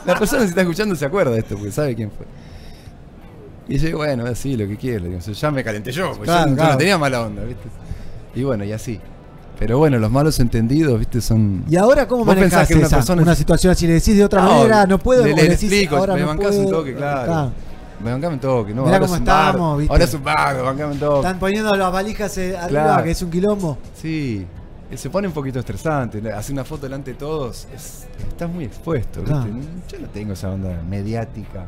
S3: La persona que está escuchando se acuerda de esto, porque sabe quién fue. Y yo digo, bueno, así, lo que quiera. digo, yo ya me calenté yo, porque
S2: Claro,
S3: yo, no- yo
S2: claro.
S3: no tenía mala onda, ¿viste? Y bueno, y así. Pero bueno, los malos entendidos, ¿viste? Son...
S2: ¿Y ahora cómo
S3: Vos pensás
S2: manejas
S3: que una
S2: una,
S3: persona-
S2: una situación así? ¿Le decís de otra
S3: No,
S2: manera? No puedo.
S3: Le,
S2: o
S3: le- le
S2: decís,
S3: explico,
S2: ahora
S3: me
S2: no
S3: bancás un
S2: puedo,
S3: toque, claro.
S2: claro.
S3: Me bancame un toque, ¿no?
S2: Mirá
S3: ahora
S2: cómo
S3: es un
S2: estamos,
S3: bardo,
S2: ¿viste?
S3: Ahora es un vago, bancame un toque.
S2: Están poniendo las valijas eh, arriba,
S3: Claro.
S2: que es un quilombo.
S3: Sí. eh, Se pone un poquito estresante, le- hacer una foto delante de todos, es- estás muy expuesto, ¿viste?
S2: Claro.
S3: Yo no tengo esa onda mediática.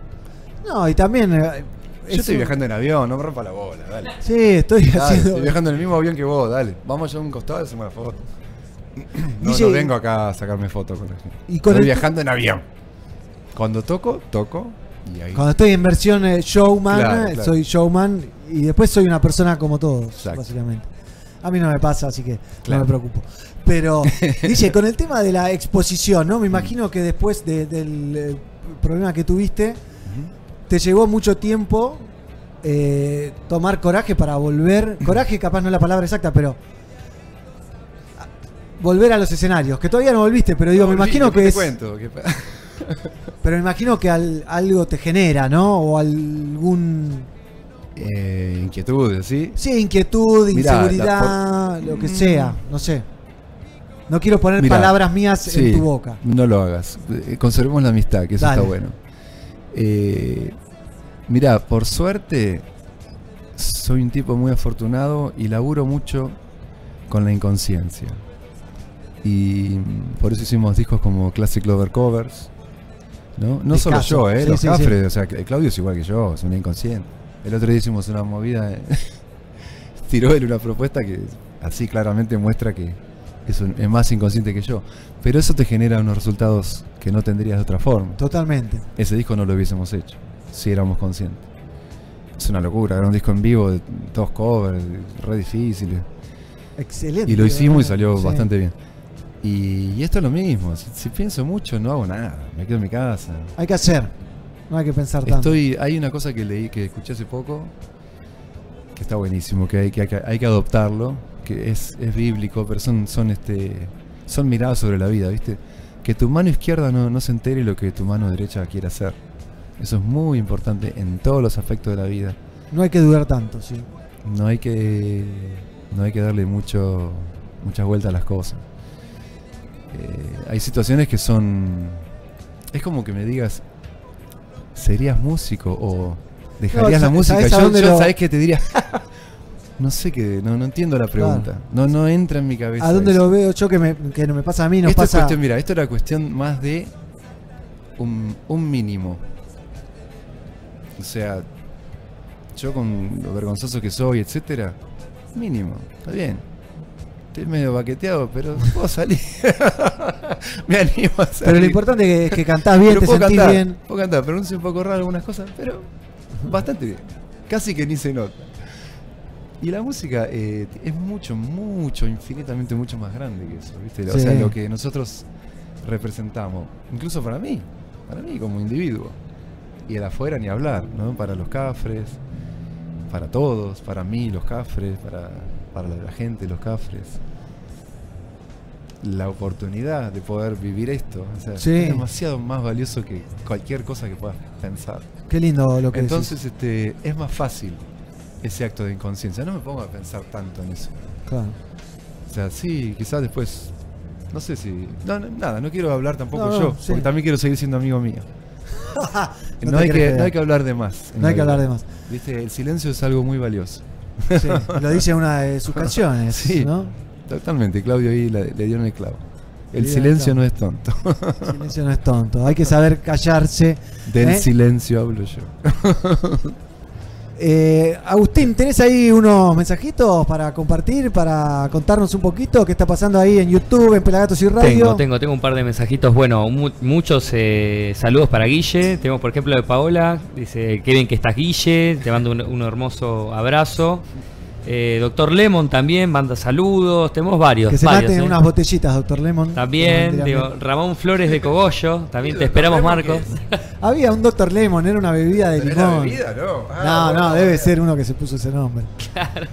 S2: No, y también. eh, es
S3: Yo estoy
S2: un-
S3: viajando en avión, no me rompa la bola, dale.
S2: Sí, estoy
S3: Dale,
S2: haciendo.
S3: estoy viajando en el mismo avión que vos, dale. Vamos a un costado y hacemos la foto. No,
S2: Guille,
S3: no
S2: y-
S3: vengo acá a sacarme fotos con la gente.
S2: y con
S3: estoy
S2: el-
S3: viajando en avión. Cuando toco, toco y ahí
S2: Cuando estoy en versión eh, showman,
S3: Claro,
S2: eh,
S3: claro.
S2: soy showman y después soy una persona como todos,
S3: Exacto.
S2: básicamente. A mí no me pasa, así que
S3: Claro.
S2: no me preocupo. Pero, dice, con el tema de la exposición, ¿no? Me imagino que después de- del eh, problema que tuviste, te llevó mucho tiempo eh, tomar coraje para volver. Coraje, capaz no es la palabra exacta, pero. a- Volver a los escenarios, que todavía no volviste, pero digo, me
S3: Volví,
S2: imagino que
S3: después te
S2: es.
S3: cuento, que pa-
S2: Pero me imagino que al- algo te genera, ¿no? O algún.
S3: Eh, inquietudes, ¿sí?
S2: Sí, inquietud,
S3: Mirá, Mm.
S2: inseguridad, lo que sea, no sé. No quiero poner
S3: Mirá,
S2: palabras mías en tu boca.
S3: No lo hagas. Eh, Conservemos la amistad, que eso
S2: Dale.
S3: está bueno. Eh, mirá, por suerte, soy un tipo muy afortunado y laburo mucho con la inconsciencia. Y mm, por eso hicimos discos como Classic Lover Covers. No, no solo
S2: Discazo.
S3: yo, ¿eh?
S2: Sí,
S3: los
S2: sí, sí.
S3: Cafres, o sea, Claudio es igual que yo, es un inconsciente. El otro día hicimos una movida, eh, tiró él una propuesta que así claramente muestra que es, un- es más inconsciente que yo. Pero eso te genera unos resultados que no tendrías de otra forma.
S2: Totalmente.
S3: Ese disco no lo hubiésemos hecho si éramos conscientes. Es una locura, era un disco en vivo de dos covers, re difíciles.
S2: Excelente.
S3: Y lo hicimos y
S2: Sí.
S3: salió bastante bien. Y, y esto es lo mismo, si, si pienso mucho no hago nada, me quedo en mi casa.
S2: Hay que hacer. No hay que pensar tanto.
S3: Estoy, hay una cosa que leí, que escuché hace poco, que está buenísimo, que hay que, hay que- hay que adoptarlo, que es, es bíblico, pero son, son, este, son miradas sobre la vida, ¿viste? Que tu mano izquierda no, no se entere lo que tu mano derecha quiere hacer. Eso es muy importante en todos los aspectos de la vida.
S2: No hay que dudar tanto, sí.
S3: No hay que, no hay que darle mucho, muchas vueltas a las cosas. Eh, hay situaciones que son... Es como que me digas, ¿serías músico o dejarías
S2: No,
S3: la
S2: sa-
S3: música?
S2: ¿sabes a
S3: yo,
S2: dónde
S3: yo,
S2: lo-
S3: ¿sabes qué? Te diría, no sé qué, no, no entiendo la pregunta. No, no entra en mi cabeza.
S2: ¿A dónde
S3: eso.
S2: lo veo yo que, me, que no me pasa a mí? Nos
S3: Pues Esto es
S2: pasa.
S3: cuestión- mira, esto era cuestión más de un, un mínimo. O sea, Yo con lo vergonzoso que soy, etcétera, mínimo, está bien. Estoy medio baqueteado, pero puedo salir. Me animo a salir.
S2: Pero lo importante es que cantás bien,
S3: Pero
S2: te
S3: puedo
S2: sentís
S3: cantar,
S2: bien.
S3: Puedo cantar, pronuncio un poco raro algunas cosas, pero bastante bien. Casi que ni se nota. Y la música eh, es mucho, mucho, infinitamente mucho más grande que eso, ¿viste? O
S2: Sí.
S3: sea, lo que nosotros representamos, incluso para mí, para mí como individuo. Y el afuera ni hablar, ¿no? Para los cafres, para todos, para mí los cafres, para, para la gente los cafres. La oportunidad de poder vivir esto, o sea,
S2: Sí.
S3: es demasiado más valioso que cualquier cosa que puedas pensar.
S2: Qué lindo lo que
S3: Entonces este, es más fácil ese acto de inconsciencia. No me pongo a pensar tanto en eso.
S2: decís. Claro.
S3: O sea, sí, quizás después. No sé si. No, no, nada, no quiero hablar tampoco
S2: No, no,
S3: yo,
S2: sí.
S3: porque también quiero seguir siendo amigo mío.
S2: No
S3: no,
S2: te querés
S3: hay que,
S2: quedar.
S3: no hay que hablar de más. en
S2: No hay
S3: la
S2: que hablar
S3: vida.
S2: de más.
S3: Viste, el silencio es algo muy valioso.
S2: Sí, lo dice en una de sus canciones,
S3: Sí.
S2: ¿no?
S3: Totalmente, Claudio ahí la- le dieron el clavo.
S2: Le dieron
S3: El
S2: el
S3: silencio
S2: clavo.
S3: no es tonto.
S2: Silencio no es tonto, hay que saber callarse.
S3: Del
S2: ¿Eh?
S3: silencio hablo yo.
S2: Eh, Agustín, ¿tenés ahí unos mensajitos para compartir, para contarnos un poquito qué está pasando ahí en YouTube, en Pelagatos y Radio?
S4: Tengo, tengo, tengo un par de mensajitos. Bueno, mu- muchos eh, saludos para Guille. Tenemos, por ejemplo, de Paola. Dice, qué bien que estás, Guille. Te mando un, un hermoso abrazo. Eh, Doctor Lemon también manda saludos. Tenemos varios.
S2: Que se
S4: varios,
S2: maten
S4: eh.
S2: unas botellitas, doctor Lemon.
S4: También,
S2: Mentira,
S4: digo, Ramón Flores de Cogollo. También te esperamos, Marcos.
S2: Había un doctor Lemon, era una bebida de limón.
S3: no.
S2: No, Ah, no, debe ser uno que se puso ese nombre.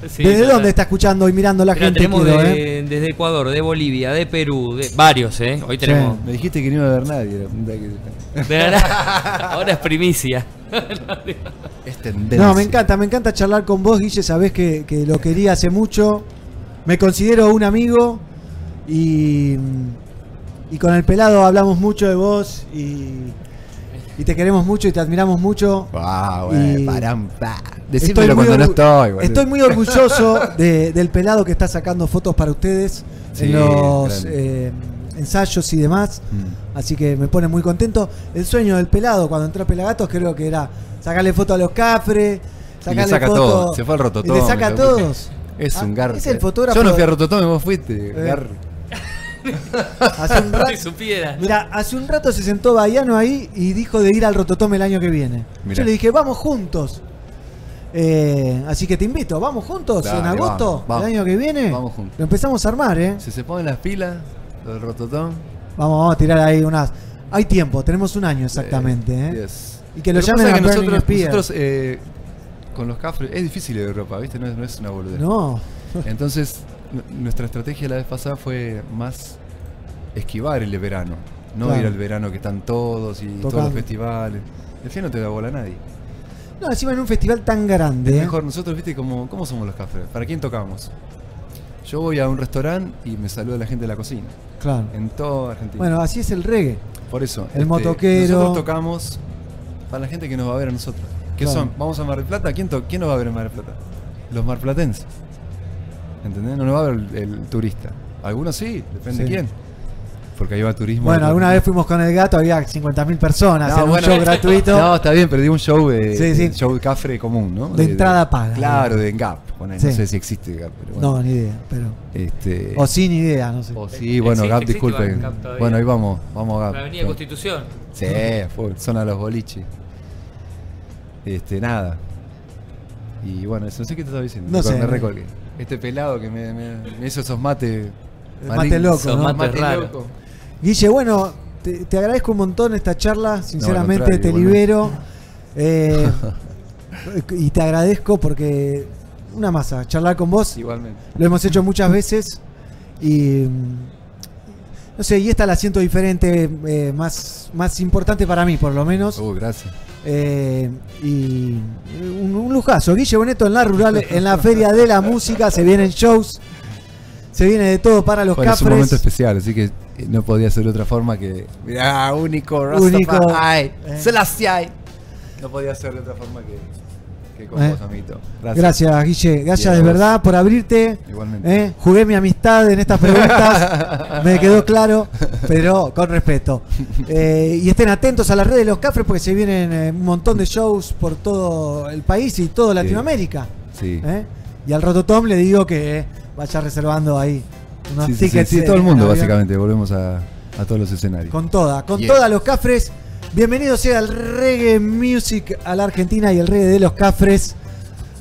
S4: Sí,
S2: ¿Desde
S4: ya
S2: dónde
S4: está.
S2: está escuchando y mirando la
S4: Mirá,
S2: gente?
S4: tenemos
S2: Quiero, eh?
S4: de- desde Ecuador, de Bolivia, de Perú, de varios, ¿eh? Hoy tenemos.
S3: Me dijiste que no iba a haber nadie. la puta que-
S4: Ahora es primicia.
S3: Es tendencia.
S2: No, me encanta, me encanta charlar con vos, Guille. Sabés que, que lo quería hace mucho. Me considero un amigo y, y con el pelado hablamos mucho de vos y, y te queremos mucho y te admiramos mucho.
S3: Wow, güey,
S2: Y-
S3: parán, pa.
S2: Estoy
S3: Decímelo
S2: muy
S3: cuando no
S2: orgu-
S3: estoy, boludo.
S2: Estoy muy orgulloso de- del pelado que está sacando fotos para ustedes
S3: Sí,
S2: en los
S3: grande.
S2: eh, ensayos y demás.
S3: Mm.
S2: Así que me pone muy contento. El sueño del pelado cuando entró a Pelagatos creo que era sacarle foto a los cafres, sacarle
S3: saca
S2: foto-
S3: todo, se fue al Rototón,
S2: Y le saca a
S3: me lo puse.
S2: todos.
S3: Es
S2: Ah,
S3: un garro.
S2: es el fotógrafo- Eh.
S3: Yo no fui a Rototón, vos fuiste. garro.
S2: Hace un
S4: Si
S2: rato,
S4: supieras.
S2: mira, hace un rato se sentó Bahiano ahí y dijo de ir al Rototom el año que viene.
S3: Mirá.
S2: Yo le dije, vamos juntos. Eh, así que te invito, vamos juntos
S3: Dale,
S2: en agosto
S3: vamos, vamos.
S2: el año que viene.
S3: Vamos juntos.
S2: Lo empezamos a armar, ¿eh?
S3: Si se ponen las pilas, lo del Rototón.
S2: Vamos, vamos a tirar ahí unas. Hay tiempo, tenemos un año exactamente,
S3: eh,
S2: ¿eh?
S3: yes.
S2: Y que lo
S3: pasa
S2: llamen a
S3: que
S2: Burning
S3: nosotros,
S2: Spear.
S3: nosotros eh, con los cafres. Es difícil de Europa, ¿viste? No es, no es una boludez.
S2: No,
S3: Entonces, n- nuestra estrategia la vez pasada fue más esquivar el verano. No
S2: Claro.
S3: ir al verano que están todos y todos
S2: Tocando.
S3: los festivales. El fin no te da bola a nadie.
S2: no, encima en un festival tan grande. ¿eh?
S3: Mejor, nosotros, viste, como, ¿cómo somos los cafres? ¿Para quién tocamos? Yo voy a un restaurante y me saluda la gente de la cocina.
S2: Claro.
S3: En toda Argentina.
S2: Bueno, así es el reggae.
S3: Por eso. este,
S2: El motoquero.
S3: Nosotros tocamos para la gente que nos va a ver a nosotros. ¿Qué
S2: Claro.
S3: son? ¿Vamos a Mar del Plata? ¿Quién, to- ¿Quién nos va a ver en Mar del Plata? Los marplatenses. ¿Entendés? No nos va a ver el, el turista. Algunos sí, depende
S2: Sí.
S3: quién. Porque ahí va turismo.
S2: Bueno, alguna vez fuimos con el gato, había 50.000 personas
S3: No,
S2: en
S3: bueno.
S2: un show gratuito.
S3: No, está bien, pero di un show de,
S2: Sí, sí.
S3: de show cafre común, ¿no?
S2: De entrada paga.
S3: Claro, de Gap. ponele.
S2: Sí.
S3: No sé si existe Gap, pero bueno.
S2: No, ni idea, pero.
S3: Este,
S2: O sin idea, no sé.
S3: o sí,
S4: Existe,
S3: bueno, Gap,
S4: existe
S3: disculpen.
S4: Gap todavía.
S3: bueno, ahí vamos, vamos a Gap.
S4: La Avenida Constitución.
S3: Sí, full, son a los boliches. Este, nada. Y bueno, eso no sé qué te estaba diciendo.
S2: No
S3: me-
S2: sé.
S3: me recolgué. Este pelado que me, me- me hizo esos mates.
S2: Mate
S3: malignos.
S2: loco, Esos ¿no?
S4: mates raros.
S3: loco.
S2: Guille, bueno, te, te agradezco un montón esta charla, sinceramente
S3: contrario,
S2: te
S3: igualmente.
S2: libero. eh, y te agradezco porque una masa, charlar con vos,
S3: Igualmente.
S2: lo hemos hecho muchas veces y mm, no sé, y esta la siento diferente, eh, más, más importante para mí por lo menos.
S3: Uh, gracias.
S2: Eh, y un, un lujazo. Guille Boneto en la rural, en la Feria de la Música, se vienen shows, se viene de todo para los
S3: Bueno, es un momento
S2: cafres.
S3: especial, así que eh, no podía ser de otra forma que. Mirá, único,
S2: Único.
S3: Rastafari.
S2: Eh.
S3: Selassie. No podía ser de otra forma que, viaje con
S2: Eh.
S3: vos, amiguito.
S2: Gracias, Guille. Gracias
S3: Y a
S2: de
S3: vos.
S2: verdad por abrirte.
S3: Igualmente.
S2: Eh, Jugué mi amistad en estas preguntas. me quedó claro, pero con respeto. Eh, y estén atentos a las redes de los Cafres porque se vienen eh, un montón de shows por todo el país y toda Latinoamérica.
S3: Sí.
S2: ¿eh? Y al Rototom le digo que eh, vaya reservando ahí unos
S3: Sí, sí, sí,
S2: tickets.
S3: sí,
S2: en
S3: todo el mundo,
S2: avión.
S3: básicamente. Volvemos a, a todos los escenarios.
S2: eh, Con toda, con
S3: Yes.
S2: toda los Cafres. Bienvenidos sea al reggae music a la Argentina y el reggae de los Cafres.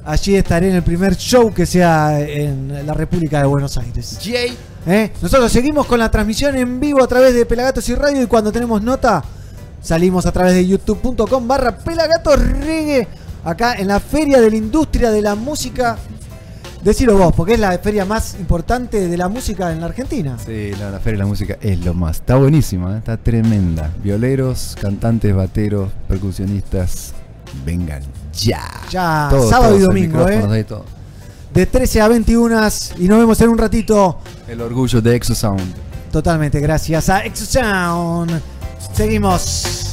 S2: Allí estaré en el primer show que sea en la República de Buenos Aires.
S3: Jay.
S2: ¿Eh? Nosotros seguimos con la transmisión en vivo a través de Pelagatos y Radio y cuando tenemos nota salimos a través de youtube.com barra Pelagatos Reggae acá en la Feria de la Industria de la Música. Decilo vos, porque es la feria más importante de la música en la Argentina.
S3: Sí, la, la Feria de la Música es lo más. Está buenísima, ¿eh? está tremenda. Violeros, cantantes, bateros, percusionistas. Vengan ya.
S2: Ya,
S3: Todos,
S2: Ah, sábado y
S3: todos,
S2: domingo,
S3: hay micrófonos,
S2: ¿eh?
S3: hay todo.
S2: De 13 a 21 y nos vemos en un ratito.
S3: El orgullo de Exosound.
S2: Totalmente, gracias a Exosound. Seguimos.